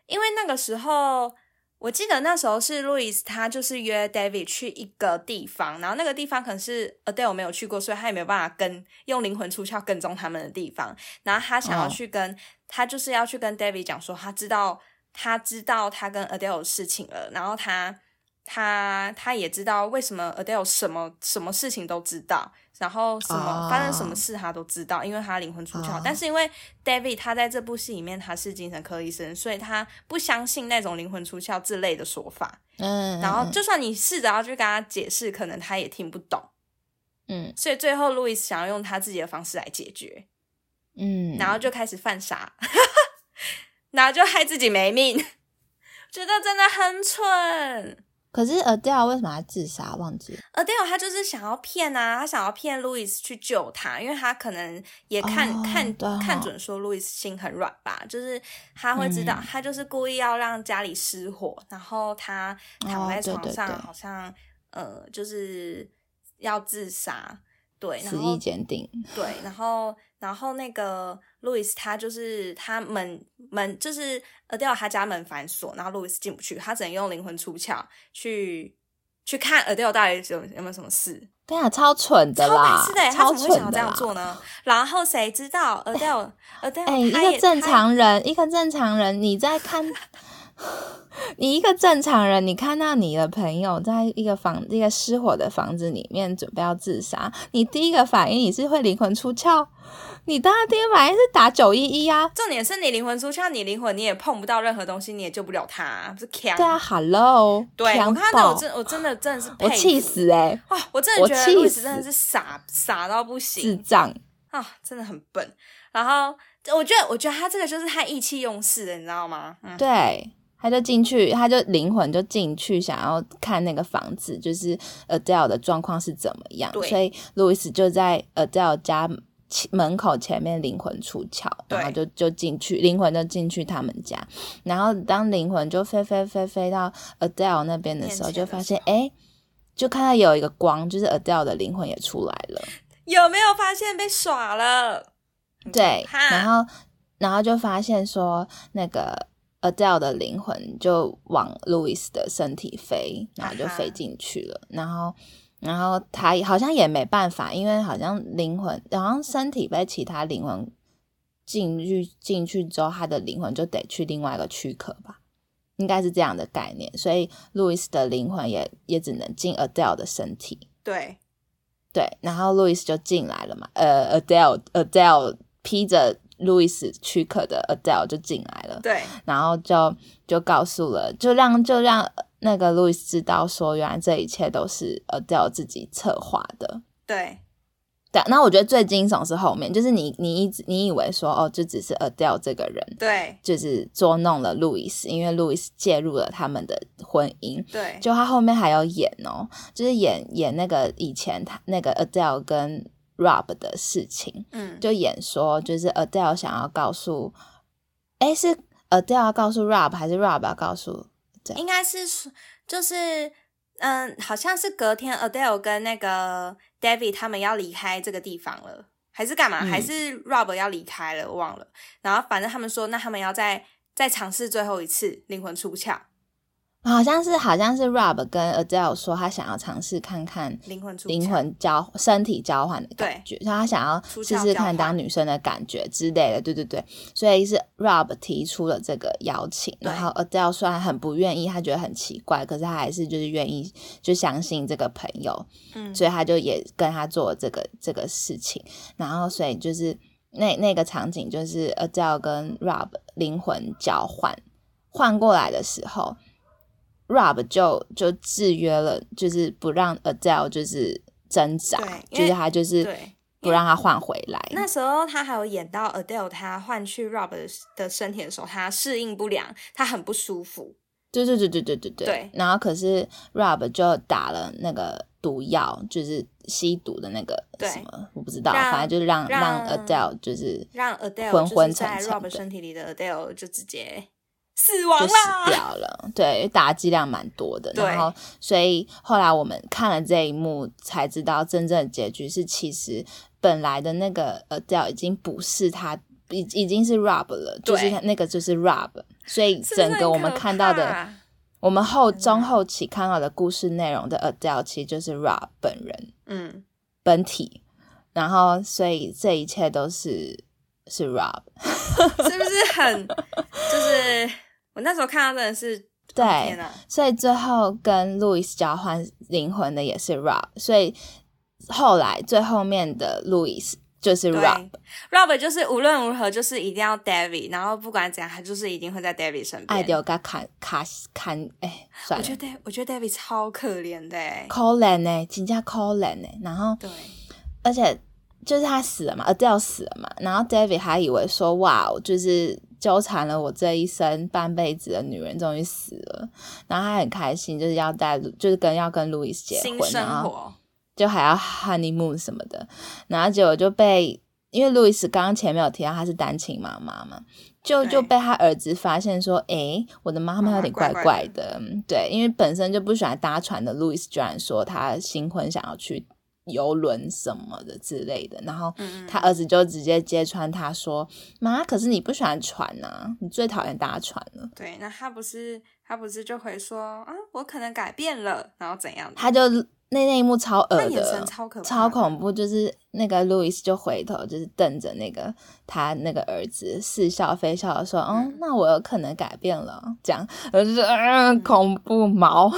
S4: 因为那个时候，我记得那时候是路易斯，他就是约 David 去一个地方，然后那个地方可能是 Adele 没有去过，所以他也没有办法跟用灵魂出窍跟踪他们的地方。然后他想要
S3: 嗯
S4: 去跟、他就是要去跟 David 讲说，他知道他知道他跟 Adele 的事情了，然后他他他也知道为什么 Adele 什么什么事情都知道，然后什么、
S3: 哦
S4: 发生什么事他都知道，因为他灵魂出窍。
S3: 哦
S4: 但是因为 David 他在这部戏里面他是精神科医生，所以他不相信那种灵魂出窍之类的说法。
S3: 嗯，
S4: 然后就算你试着要去跟他解释，可能他也听不懂。
S3: 嗯
S4: 所以最后路易斯想要用他自己的方式来解决，
S3: 嗯，
S4: 然后就开始犯傻， 然后就害自己没命， 觉得真的很蠢。
S3: 可是 Adele 为什么要自杀？忘记了
S4: Adele 呃哦他就是想要骗啊，他想要骗 Louis 去救他，因为他可能也看、
S3: 哦
S4: 看、
S3: 对哦
S4: 看准说 Louis 心很软吧，就是他会知道、
S3: 嗯
S4: 他就是故意要让家里失火，然后他躺在
S3: 哦对
S4: 床
S3: 对
S4: 上
S3: 对
S4: 好像呃就是要自杀，对，然
S3: 死
S4: 后
S3: 意鉴定。
S4: 对，然后然后那个路易斯他就是他门门就是 Adele 他家门反锁，然后路易斯进不去，他只能用灵魂出窍去去看 Adele 到底有有没有什么事。
S3: 对啊，超蠢的
S4: 超白
S3: 啦，
S4: 痴的欸，他
S3: 超
S4: 怎么会
S3: 蠢的
S4: 想要这样
S3: 啦。
S4: 做呢？然后谁知道 Adele Adele
S3: 哎、一
S4: 他也
S3: 个正
S4: 他
S3: 常人，一个正常人，你在看， 你一个正常人，你看到你的朋友在一个房一个失火的房子里面准备要自杀，你第一个反应你是会灵魂出窍，你当然第一个反应是打九一一啊。
S4: 重点是你灵魂出窍，你灵魂你也碰不到任何东西，你也救不了他，不是强
S3: 对啊，Hello，
S4: 对我
S3: 强
S4: 看到这
S3: 暴
S4: 我真我真的真的是
S3: 我
S4: 佩
S3: 气
S4: 服
S3: 死哎、
S4: 啊！我真的
S3: 我
S4: 觉得
S3: 气
S4: 路易斯
S3: 死
S4: 真的是傻傻到不行，
S3: 智障，
S4: 啊，真的很笨。然后我觉得，我觉得他这个就是太意气用事了，你知道吗？嗯，
S3: 对，他就进去，他就灵魂就进去，想要看那个房子，就是 Adele 的状况是怎么样
S4: 对。
S3: 所以路易斯就在呃 Adele 家前门口前面灵魂出窍，然后就就进去，灵魂就进去他们家。然后当灵魂就飞飞飞飞到 Adele 那边的时候，
S4: 面前
S3: 就
S4: 的
S3: 发现哎。诶就看到有一个光，就是 Adele 的灵魂也出来了。
S4: 有没有发现被耍了？嗯
S3: 对，
S4: 哈
S3: 然后然后就发现说，那个 Adele 的灵魂就往 Louis 的身体飞，然后就
S4: 啊哈
S3: 飞进去了，然后。然后他好像也没办法，因为好像灵魂，好像身体被其他灵魂进去进去之后，他的灵魂就得去另外一个躯壳吧，应该是这样的概念。所以路易斯的灵魂也也只能进 Adele 的身体，
S4: 对，
S3: 对，然后路易斯就进来了嘛，呃，Adele Adele 披着路易斯躯壳的 Adele 就进来了，
S4: 对，
S3: 然后就就告诉了，就让就让呃那个路易斯知道说，原来这一切都是 Adele 自己策划的。
S4: 对，
S3: 对，啊那我觉得最惊悚是后面，就是你你一直你以为说哦，就只是 Adele 这个人。
S4: 对，
S3: 就是捉弄了路易斯，因为路易斯介入了他们的婚姻，
S4: 对，
S3: 就他后面还有演哦，就是演演那个以前他那个 Adele 跟 Rob 的事情，
S4: 嗯，
S3: 就演说就是 Adele 想要告诉，哎，是 Adele 要告诉 Rob 还是 Rob 要告诉？
S4: 应该是说就是。嗯，好像是隔天 Adele 跟那个 David 他们要离开这个地方了，还是干嘛？
S3: 嗯
S4: 还是 Rob 要离开了，我忘了。然后反正他们说，那他们要再再尝试最后一次灵魂出窍，
S3: 好像是好像是 Rob 跟 Adele 说他想要尝试看看
S4: 灵魂出窍，
S3: 灵魂交身体交换的感觉，所以他想要
S4: 出
S3: 试
S4: 窍
S3: 试
S4: 交换
S3: 看当女生的感觉之类的，对对对，所以是 Rob 提出了这个邀请，
S4: 对
S3: 然后 Adele 虽然很不愿意，他觉得很奇怪，可是他还是就是愿意就相信这个朋友，
S4: 嗯，
S3: 所以他就也跟他做这个这个事情，然后所以就是那那个场景就是呃 Adele 跟 Rob 灵魂交换换过来的时候，Rob 就就制约了，就是不让 Adele 就是挣扎
S4: 对，因
S3: 就
S4: 为
S3: 是他就是
S4: 对。
S3: 不让他换回来。
S4: 那时候他还有演到 Adele 他换去 Rob 的的身体的时候，他适应不良，他很不舒服。
S3: 对对对对对对对。
S4: 对
S3: 然后可是 Rob 就打了那个毒药，就是吸毒的那个
S4: 对
S3: 什么，我不知道，
S4: 让
S3: 反正就是让让
S4: 让
S3: Adele 就是
S4: 让 Adele
S3: 昏昏
S4: 就是
S3: 沉
S4: 在
S3: 沉
S4: Rob
S3: 的
S4: 身体里的 Adele 就直接死亡
S3: 就死
S4: 啦。
S3: 掉了，对，打击量蛮多的。
S4: 对
S3: 然后，所以后来我们看了这一幕，才知道真正的结局是，其实本来的那个 Adele 已经不是他，已已经是 Rob 了，
S4: 对
S3: 就是他那个就是 Rob。所以
S4: 是不是
S3: 整
S4: 很
S3: 个我们
S4: 可
S3: 看到的，
S4: 怕
S3: 我们后
S4: 的
S3: 中后期看到的故事内容的 Adele 其实就是 Rob 本人
S4: 嗯，
S3: 本体。然后，所以这一切都是是 Rob。
S4: 是不是很就是我那时候看到真的是
S3: 对，
S4: 天哪，
S3: 所以最后跟路易斯交换灵魂的也是 Rob，所以后来最后面的路易斯就是
S4: 对
S3: Rob，
S4: ，Rob 就是无论如何就是一定要 David，然后不管怎样，他就是一定会在 David 身边。
S3: 爱丢跟砍卡砍哎，算了
S4: 我觉得 Dav- 我觉得 David 超可怜的欸，
S3: ，Colin 呢、请假 Colin 呢、然后
S4: 对，
S3: 而且就是他死了嘛，Adele 死了嘛，然后 David 还以为说哇，我就是纠缠了我这一生半辈子的女人终于死了，然后他很开心，就是要带就是跟要跟路易斯结
S4: 新
S3: 婚，啊
S4: 生
S3: 然后
S4: 活，
S3: 就还要 honeymoon 什么的，然后结果就被因为路易斯刚刚前面有提到她是单亲妈妈嘛，就
S4: 对
S3: 就被她儿子发现说，诶，我的妈妈有点怪
S4: 妈
S3: 怪
S4: 妈怪怪
S3: 的，嗯对，因为本身就不喜欢搭船的路易斯居然说他新婚想要去游轮什么的之类的，然后
S4: 嗯嗯
S3: 他儿子就直接揭穿他说，妈，可是你不喜欢船呐、啊你最讨厌搭船了。
S4: 对，那他不是他不是就会说啊，我可能改变了，然后怎样的？
S3: 他就那那一幕超恶
S4: 他眼
S3: 的
S4: 神，超可怕
S3: 超恐怖，就是那个路易斯就回头，就是瞪着那个他那个儿子，似笑非笑的说：“嗯
S4: 嗯，
S3: 那我有可能改变了。”这样，我就觉得、呃
S4: 嗯
S3: 恐怖
S4: Oh
S3: 毛，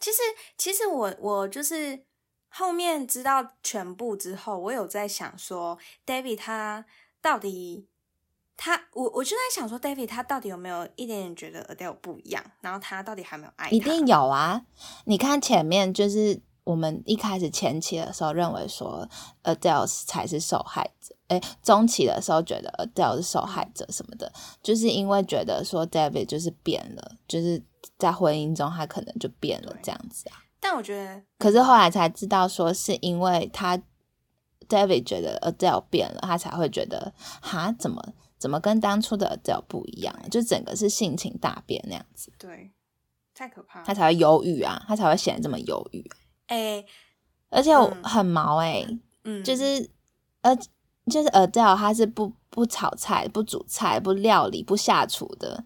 S4: 其实，其实我我就是后面知道全部之后，我有在想说，David 他到底他我我就在想说，David 他到底有没有一点点觉得 Adele 不一样，然后他到底还没有爱他？
S3: 一定有啊！你看前面就是我们一开始前期的时候认为说 Adele 才是受害者，诶，中期的时候觉得 Adele 是受害者什么的，就是因为觉得说 David 就是变了，就是在婚姻中他可能就变了
S4: 对
S3: 这样子啊。
S4: 但我觉得
S3: 可是后来才知道，说是因为他 David 觉得 Adele 变了，他才会觉得哈，怎么怎么跟当初的 Adele 不一样，啊就整个是性情大变那样子，
S4: 对，太可怕了。
S3: 他才会忧郁啊，他才会显得这么忧郁，
S4: 哎、
S3: 而且我
S4: 嗯
S3: 很毛哎、
S4: 嗯，
S3: 就是呃，就是 Adele 她是不不炒菜、不煮菜、不料理、不下厨的，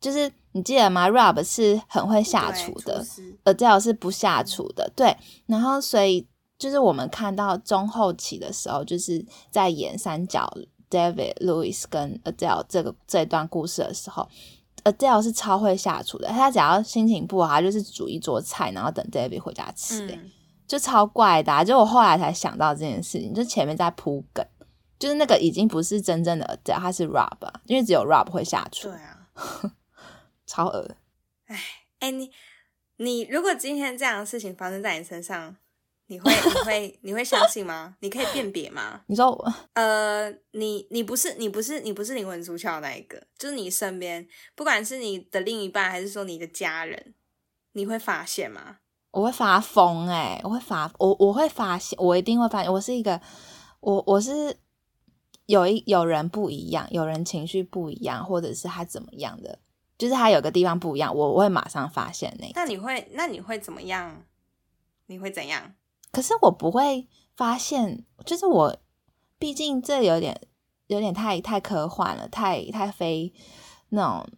S3: 就是你记得吗？Rob 是很会下
S4: 对
S3: 厨的，
S4: 厨师
S3: Adele 是不下厨的，对。然后所以就是我们看到中后期的时候，就是在演三角 David、Louis 跟 Adele 这个这段故事的时候。Adele 是超会下厨的，她只要心情不好，她就是煮一桌菜，然后等 David 回家吃、欸
S4: 嗯，
S3: 就超怪的、啊。就我后来才想到这件事情，就前面在铺梗，就是那个已经不是真正的 Adele，他是 Rob，、啊、因为只有 Rob 会下厨
S4: 对，啊。
S3: 超恶。
S4: 哎、你你如果今天这样的事情发生在你身上，你会你会你会相信吗？你可以辨别吗？
S3: 你说我
S4: 呃，你你不是你不是你不是灵魂出窍的那一个，就是你身边，不管是你的另一半还是说你的家人，你会发现吗？
S3: 我会发疯哎、我会发我我会发现，我一定会发现，我是一个我我是有一有人不一样，有人情绪不一样，或者是他怎么样的，就是他有个地方不一样，我我会马上发现欸那个
S4: 那你会那你会怎么样？你会怎样？
S3: 可是我不会发现，就是我毕竟这有点有点太太科幻了，太太非那种。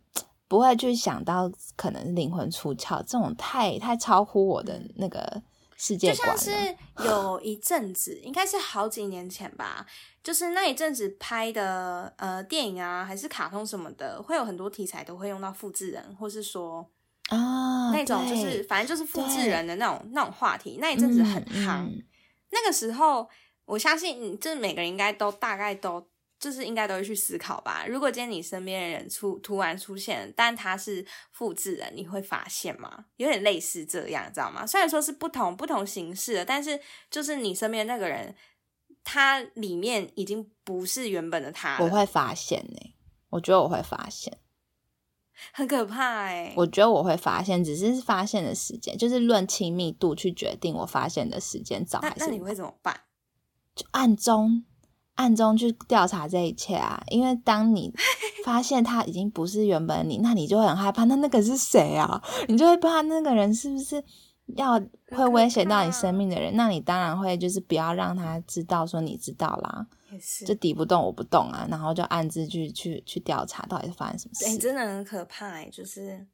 S3: 不会去想到可能灵魂出窍这种太太超乎我的那个世界
S4: 嗯就
S3: 观了，
S4: 像是有一阵子，应该是好几年前吧，就是那一阵子拍的呃电影啊，还是卡通什么的，会有很多题材都会用到复制人，或是说
S3: 啊，
S4: 那种就
S3: 对
S4: 是、反正就是复制
S3: 对
S4: 人的那种那种话题，那一阵子很
S3: 嗯
S4: 夯。
S3: 嗯
S4: 那个时候，我相信你，就是每个人应该都大概都。就是应该都会去思考吧。如果今天你身边的人出突然出现，但他是复制人，你会发现吗？有点类似这样，知道吗？虽然说是不同不同形式的，但是就是你身边那个人，他里面已经不是原本的他了，
S3: 我会发现呢、我觉得我会发现，
S4: 很可怕哎、
S3: 我觉得我会发现，只是发现的时间，就是论亲密度去决定我发现的时间早
S4: 那
S3: 还
S4: 那
S3: 是
S4: 你会怎么办？
S3: 就暗中暗中去调查这一切啊，因为当 你发现他已经不是原本的你，那你就会很害怕，那那个是谁啊？你就会怕那个人是不是要会
S4: 可
S3: 威胁到
S4: 怕
S3: 你生命的人？那你当然会就是不要让他知道说你知道啦。
S4: 也是
S3: 就敌不动我不动啊，然后就暗自去去去调查到底是发生什么
S4: 哎、
S3: 事。
S4: 真的很可怕、欸，就是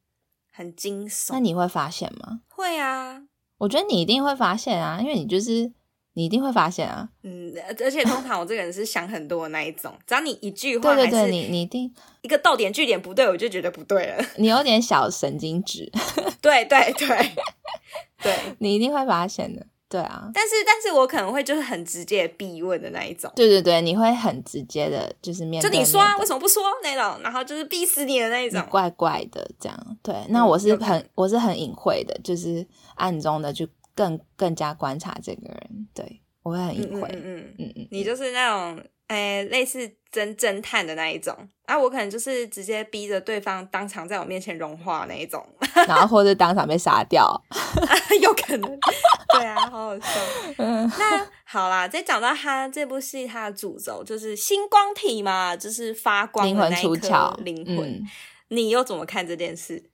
S4: 很惊悚。
S3: 那你会发现吗？
S4: 会啊？
S3: 我觉得你一定会发现啊，因为你就是你一定会发现啊。
S4: 嗯，而且通常我这个人是想很多的那一种，只要你一句话
S3: 对对对，
S4: 还是
S3: 你你一定
S4: 一个逗点句点不对，我就觉得不对了。
S3: 你有点小神经质，
S4: 对对 对对，
S3: 你一定会发现的。对啊，
S4: 但是但是我可能会就是很直接地逼问的那一种，
S3: 对对对，你会很直接的，就是面
S4: 就
S3: 对
S4: 你说啊，为
S3: 面
S4: 什么不说那种，然后就是逼死你的那一
S3: 对
S4: 种
S3: 你。怪怪的这样。对，那
S4: 嗯
S3: 我是
S4: 有可
S3: 很我是很隐晦的，就是暗中的去更更加观察这个人。对我会很
S4: 嗯
S3: 隐
S4: 嗯
S3: 晦，
S4: 嗯嗯，
S3: 嗯嗯，
S4: 你就是那种诶、类似侦侦探的那一种啊，我可能就是直接逼着对方当场在我面前融化那一种，
S3: 然后或者当场被杀掉。
S4: 有可能。对啊，好好笑。
S3: 嗯，
S4: 那好啦，再讲到他这部戏，它的主轴就是星光体嘛，就是发光
S3: 灵
S4: 的
S3: 魂
S4: 那一
S3: 出
S4: 颗
S3: 窍，
S4: 灵
S3: 嗯
S4: 魂，你又怎么看这件事？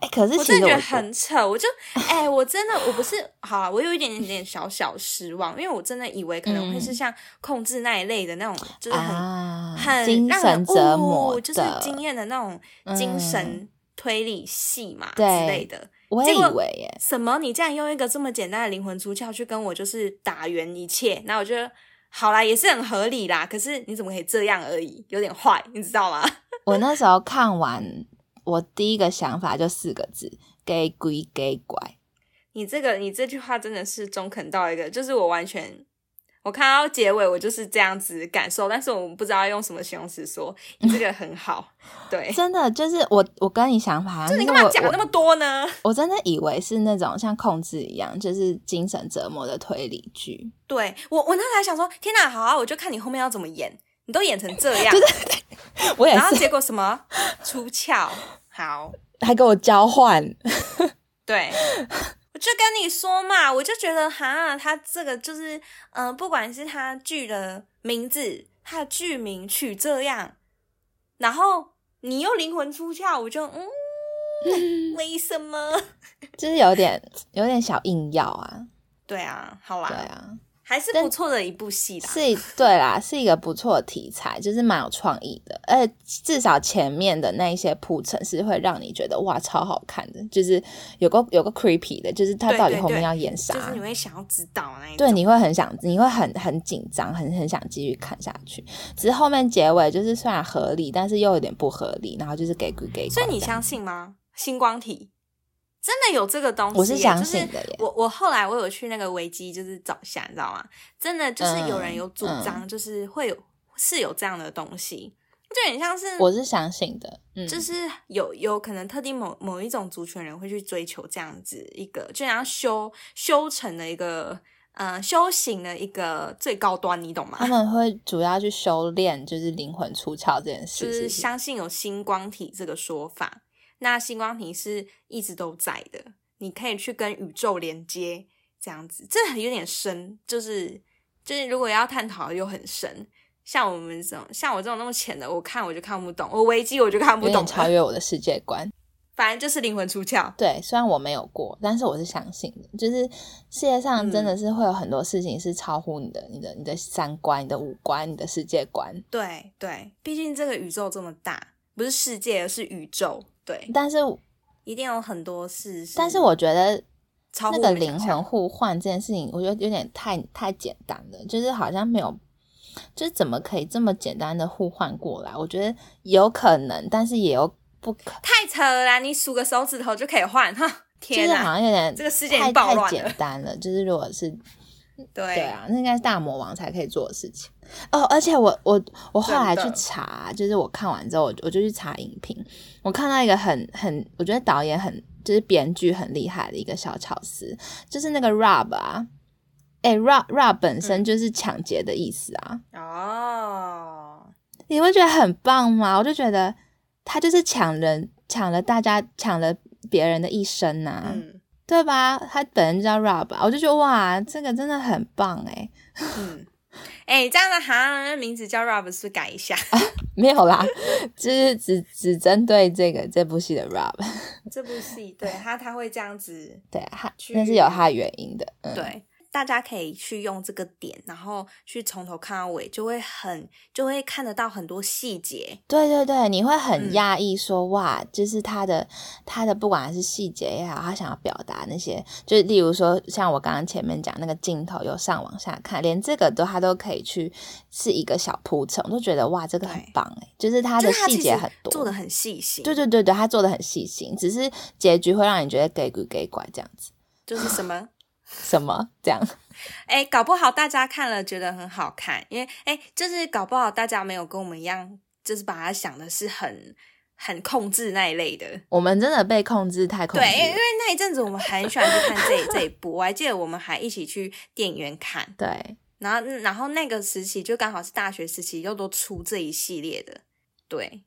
S3: 哎、可是
S4: 我
S3: 其实
S4: 真的觉
S3: 我
S4: 得很扯，我就哎、我真的我不是好啊，我有一点点小小失望，因为我真的以为可能会是
S3: 嗯
S4: 像控制那一类的那种，就是很、
S3: 啊，
S4: 很
S3: 精
S4: 让
S3: 神
S4: 人
S3: 折
S4: 呜
S3: 磨
S4: 就是
S3: 的
S4: 经验的那种精神
S3: 嗯
S4: 推理戏嘛、
S3: 对
S4: 之类的。
S3: 我也
S4: 结果
S3: 以为耶，
S4: 什么？你竟然用一个这么简单的灵魂出窍去跟我就是打圆一切？那我觉得好啦，也是很合理啦。可是你怎么可以这样而已？有点坏，你知道吗？
S3: 我那时候看完，我第一个想法就四个字：给鬼给拐。
S4: 你这个你这句话真的是中肯到一个，就是我完全。我看到结尾，我就是这样子感受，但是我不知道用什么形容词说。你这个很好， 对，
S3: 真的就是我，我跟你想法一样，
S4: 哎
S3: 啊
S4: 就你
S3: 就
S4: 干
S3: 是
S4: 嘛
S3: 我
S4: 讲那
S3: 我
S4: 么多呢？
S3: 我真的以为是那种像控制一样，就是精神折磨的推理剧。
S4: 对我，我那时候还想说，天哪，好啊，我就看你后面要怎么演，你都演成这样，
S3: 我也
S4: 然后
S3: 是，
S4: 结果什么出窍，好，
S3: 还跟我交换。
S4: 对，我就跟你说嘛，我就觉得哈，他这个就是，嗯、不管是他剧的名字，他的剧名取这样，然后你又灵魂出窍，我就嗯， 为什么？
S3: 就是有点有点小硬要啊，
S4: 对啊，好啦，
S3: 对啊，
S4: 还是
S3: 但
S4: 不错的一部戏啦。
S3: 是，对啦，是一个不错的题材，就是蛮有创意的，而且至少前面的那一些铺陈是会让你觉得哇超好看的，就是有个有个 creepy 的，就是他
S4: 对
S3: 到底
S4: 对
S3: 后面
S4: 对
S3: 要演啥，
S4: 就是你会想要知道那一
S3: 对，
S4: 种，
S3: 你会很想，你会很很紧张，很很想继续看下去。只是后面结尾就是虽然合理，但是又有点不合理，然后就是给鬼给鬼。
S4: 所以你相？信吗？星光体真的有这个东西耶？
S3: 我是相信的耶
S4: 就是、我我后来我有去那个维基，就是找一下，你知道吗？真的就是
S3: 嗯
S4: 有人有主张，就是会有、是有这样的东西，就很像是
S3: 我是相信的，嗯，
S4: 就是有有可能特定某某一种族群人会去追求这样子一个，就像修修成的一个呃修行的一个最高端，你懂吗？
S3: 他们会主要去修炼，就是灵魂出窍这件事，
S4: 就是是
S3: 不是
S4: 相信有星光体这个说法。那星光体是一直都在的，你可以去跟宇宙连接，这样子，这有点深，就是就是如果要探讨又很深。像我们这种，像我这种那么浅的，我看我就看不懂，我危机我就看不
S3: 有
S4: 懂
S3: 点
S4: 了
S3: 超越我的世界观。
S4: 反正就是灵魂出窍。
S3: 对，虽然我没有过，但是我是相信的。就是世界上真
S4: 嗯
S3: 的是会有很多事情是超乎你的、你的、你的三观、你的五官、你的世界观。
S4: 对对，毕竟这个宇宙这么大，不是世界，而是宇宙。对，
S3: 但是，
S4: 一定有很多事。
S3: 但是我觉得
S4: 超乎
S3: 那
S4: 我
S3: 个
S4: 们想
S3: 灵
S4: 象
S3: 魂互换这件事情，我觉得有点太太简单了，就是好像没有，就是怎么可以这么简单的互换过来？我觉得有可能，但是也有不可，
S4: 太扯了啦，你数个手指头就可以换哈。
S3: 就
S4: 天
S3: 是好
S4: 哪，
S3: 像有点
S4: 这个世界已
S3: 太
S4: 经暴
S3: 太
S4: 乱
S3: 简
S4: 了。
S3: 单了。就是如果是
S4: 对
S3: 对啊，那应该是大魔王才可以做的事情哦。而且我我我后来去
S4: 真的
S3: 查，就是我看完之后，我我就去查影评，我看到一个很很，我觉得导演很就是编剧很厉害的一个小巧思，就是那个 Rob 啊，哎、r o b Rob 本
S4: 嗯
S3: 身就是抢劫的意思啊，
S4: 哦，
S3: 你会觉得很棒吗？我就觉得他就是抢人，抢了大家，抢了别人的一生呐、
S4: 嗯
S3: 对吧？他本人就叫 Rob，、啊、我就觉得哇，这个真的很棒哎、
S4: 嗯，哎、这样的哈，那名字叫 Rob 是不是改 一下？
S3: 没有啦， 就是只只针对这个这部戏的 Rob，
S4: 这部戏对他他会这样子，
S3: 对，他啊
S4: 去
S3: 那是有他的原因的。嗯、，
S4: 对。大家可以去用这个点，然后去从头看到尾，就会很就会看得到很多细节。
S3: 对对对，你会
S4: 嗯
S3: 很讶异说、哇，就是他的他的不管是细节也好，他想要表达那些，就是例如说像我刚刚前面讲那个镜头由上往下看，连这个都他都可以去是一个小铺陈，我都觉得哇，这个很
S4: 对
S3: 棒哎，就是他
S4: 就
S3: 的
S4: 是它
S3: 细
S4: 其
S3: 节
S4: 实
S3: 很多，
S4: 做的很细心，
S3: 对，对对对，他做的很细心，只是结局会让你觉得给鬼给拐这样子，
S4: 就是什么。
S3: 什么这样，
S4: 哎，搞不好大家看了觉得很好看，因为哎，就是搞不好大家没有跟我们一样，就是把它想的是很很控制那一类的。
S3: 我们真的被控制太控制
S4: 对，因为因
S3: 了
S4: 为，那一阵子我们很喜欢去看这这一部，我还记得我们还一起去电影院看，
S3: 对
S4: 然后然后那个时期就刚好是大学时期，又都出这一系列的。对，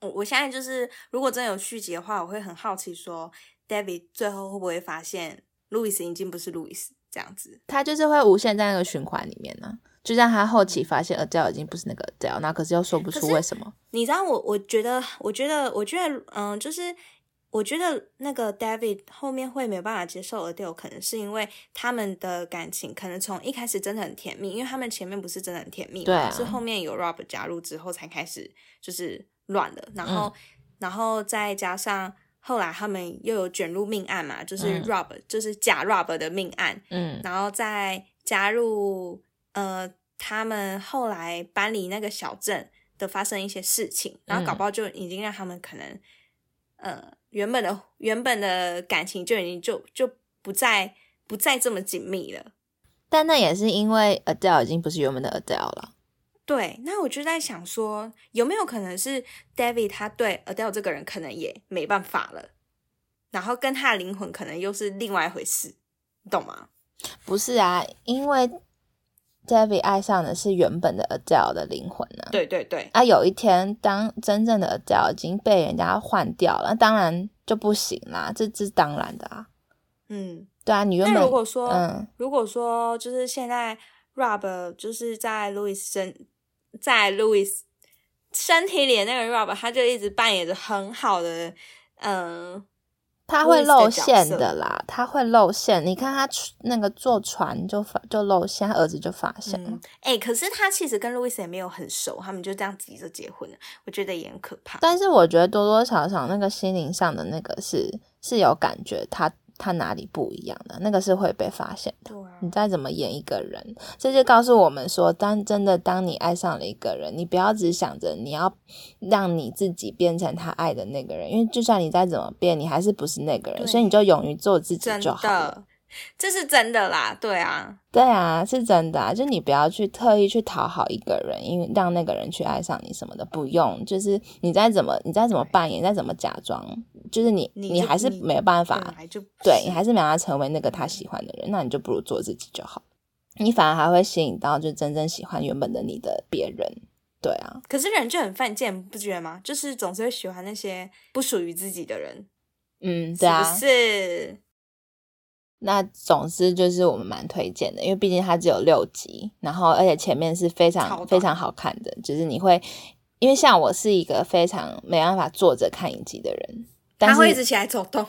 S4: 我我现在就是如果真的有续集的话，我会很好奇说，David 最后会不会发现路易斯已经不是路易斯这样子？
S3: 他就是会无限在那个循环里面呢、就像他后期发现 Adele 已经不是那个 Adele，那可是又说不
S4: 可
S3: 出
S4: 是
S3: 为什么。
S4: 你知道我，我觉得，我觉得，我觉得，嗯、就是我觉得那个 David 后面会没有办法接受 Adele，可能是因为他们的感情可能从一开始真的很甜蜜，因为他们前面不是真的很甜蜜嘛，
S3: 对啊
S4: 是后面有 Rob 加入之后才开始就是乱了，然后，
S3: 嗯
S4: 然后再加上后来他们又有卷入命案嘛，就是
S3: 嗯
S4: Rob、就是假 Rob 的命案，
S3: 嗯，
S4: 然后再加入呃，他们后来搬离那个小镇的发生一些事情，然后搞
S3: 嗯
S4: 不好就已经让他们可能呃原本的原本的感情就已经就就不再不再这么紧密了。
S3: 但那也是因为 Adele 已经不是原本的 Adele 了。
S4: 对，那我就在想说，有没有可能是 David 他对 Adele 这个人可能也没办法了，然后跟他的灵魂可能又是另外一回事，你懂吗？
S3: 不是啊，因为 David 爱上的是原本的 Adele 的灵魂呢、啊。
S4: 对对对，
S3: 啊，有一天当真正的 Adele 已经被人家换掉了，那当然就不行啦，这这是当然的啊。
S4: 嗯。
S3: 对啊，你原
S4: 那
S3: 本
S4: 如果说，
S3: 嗯
S4: 如果说就是现在 Rob 就是在 Louis 身在 Louis 身体里的那个 Rob，他就一直扮演着很好的，嗯，
S3: 他会
S4: Louis
S3: 露
S4: 的角
S3: 馅
S4: 色
S3: 的啦，他会露馅。你看他出那个坐船就发就露馅，他儿子就发现了。
S4: 嗯，哎、可是他其实跟 Louis 也没有很熟，他们就这样急着结婚了，我觉得也很可怕。
S3: 但是我觉得多多少少那个心灵上的那个是是有感觉他他哪里不一样的，那个是会被发现的。
S4: 对啊
S3: 你再怎么演一个人，这就告诉我们说，当真的当你爱上了一个人，你不要只想着你要让你自己变成他爱的那个人，因为就算你再怎么变，你还是不是那个人，
S4: 对
S3: 所以你就勇于做自己
S4: 真
S3: 就好了。
S4: 的，这是真的啦，对啊，
S3: 对啊，是真的啊，就你不要去特意去讨好一个人，因为让那个人去爱上你什么的，不用。就是你再怎么，你再怎么扮演，再怎么假装，就是你，
S4: 你
S3: 你
S4: 就
S3: 还是
S4: 你
S3: 没办
S4: 本
S3: 法，
S4: 来就
S3: 对你还是没办法成为那个他喜欢的人，那你就不如做自己就好。你反而还会吸引到就真正喜欢原本的你的别人，对啊，
S4: 可是人就很犯贱，不觉得吗？就是总是会喜欢那些不属于自己的人，
S3: 嗯，对啊。
S4: 是不是？
S3: 那总之就是我们蛮推荐的，因为毕竟它只有六集，然后而且前面是非
S4: 超
S3: 常
S4: 短
S3: 非常好看的，就是你会，因为像我是一个非常没办法坐着看影集的人，但
S4: 他会一直
S3: 是
S4: 起来走动。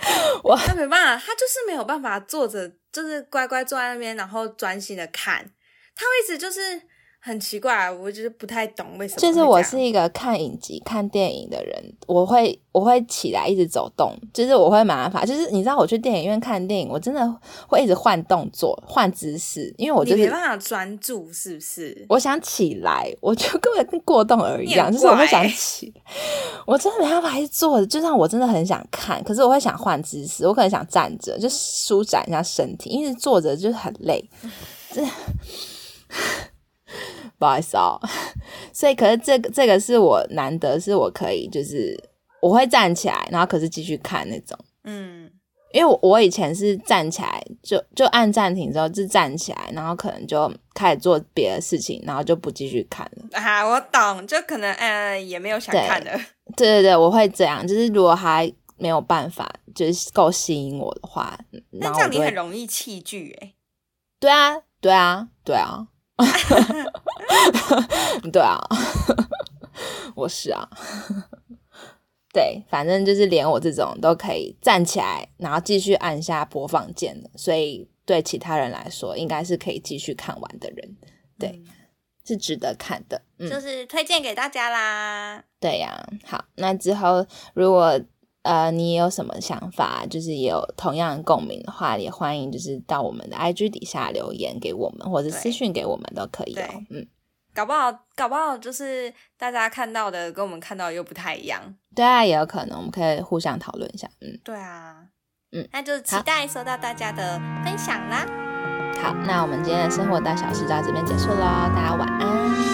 S3: 我
S4: 他没办法，他就是没有办法坐着，就是乖乖坐在那边，然后专心的看。他会一直就是很奇怪，我就是不太懂为什么会
S3: 就
S4: 这
S3: 是
S4: 样。
S3: 我是一个看影集、看电影的人，我会我会起来一直走动，就是我会没办法，就是你知道我去电影院看电影，我真的会一直换动作、换姿势，因为我就
S4: 你没
S3: 是
S4: 办法专注，是不是？
S3: 我想起来，我就根本跟过动儿一样，
S4: 你
S3: 就
S4: 很怪
S3: 是我会想起， 我真的没办法一直坐着，就算我真的很想看，可是我会想换姿势，我可能想站着，就舒展一下身体，因为坐着就是很累， 真的不好意思哦。所以，可是这个这个是我难得是我可以，就是我会站起来，然后可是继续看那种。
S4: 嗯，
S3: 因为我我以前是站起来就就按暂停之后就站起来，然后可能就开始做别的事情，然后就不继续看了。
S4: 啊，我懂，就可能呃也没有想
S3: 对
S4: 看的。
S3: 对对对，我会这样，就是如果还没有办法就是够吸引我的话，
S4: 那
S3: 然
S4: 这
S3: 后我
S4: 样你
S3: 就
S4: 很
S3: 会
S4: 容易弃剧哎、
S3: 对啊对啊对啊 对啊， 我是啊。对，反正就是连我这种都可以站起来，然后继续按下播放键的，所以对其他人来说应该是可以继续看完的人，对，是值得看的。嗯，
S4: 嗯就是推荐给大家啦。
S3: 对呀、好，那之后如果呃你也有什么想法，就是也有同样的共鸣的话，也欢迎就是到我们的 IG 底下留言给我们，或者
S4: 对
S3: 私讯给我们都可以哦
S4: 对。
S3: 嗯，
S4: 搞不好，搞不好就是大家看到的跟我们看到的又不太一样。
S3: 对啊，也有可能，我们可以互相讨论一下。嗯，
S4: 对啊，
S3: 嗯，
S4: 那就期待收到大家的分享啦。
S3: 好，那我们今天的生活大小事到这边结束喽，大家晚安。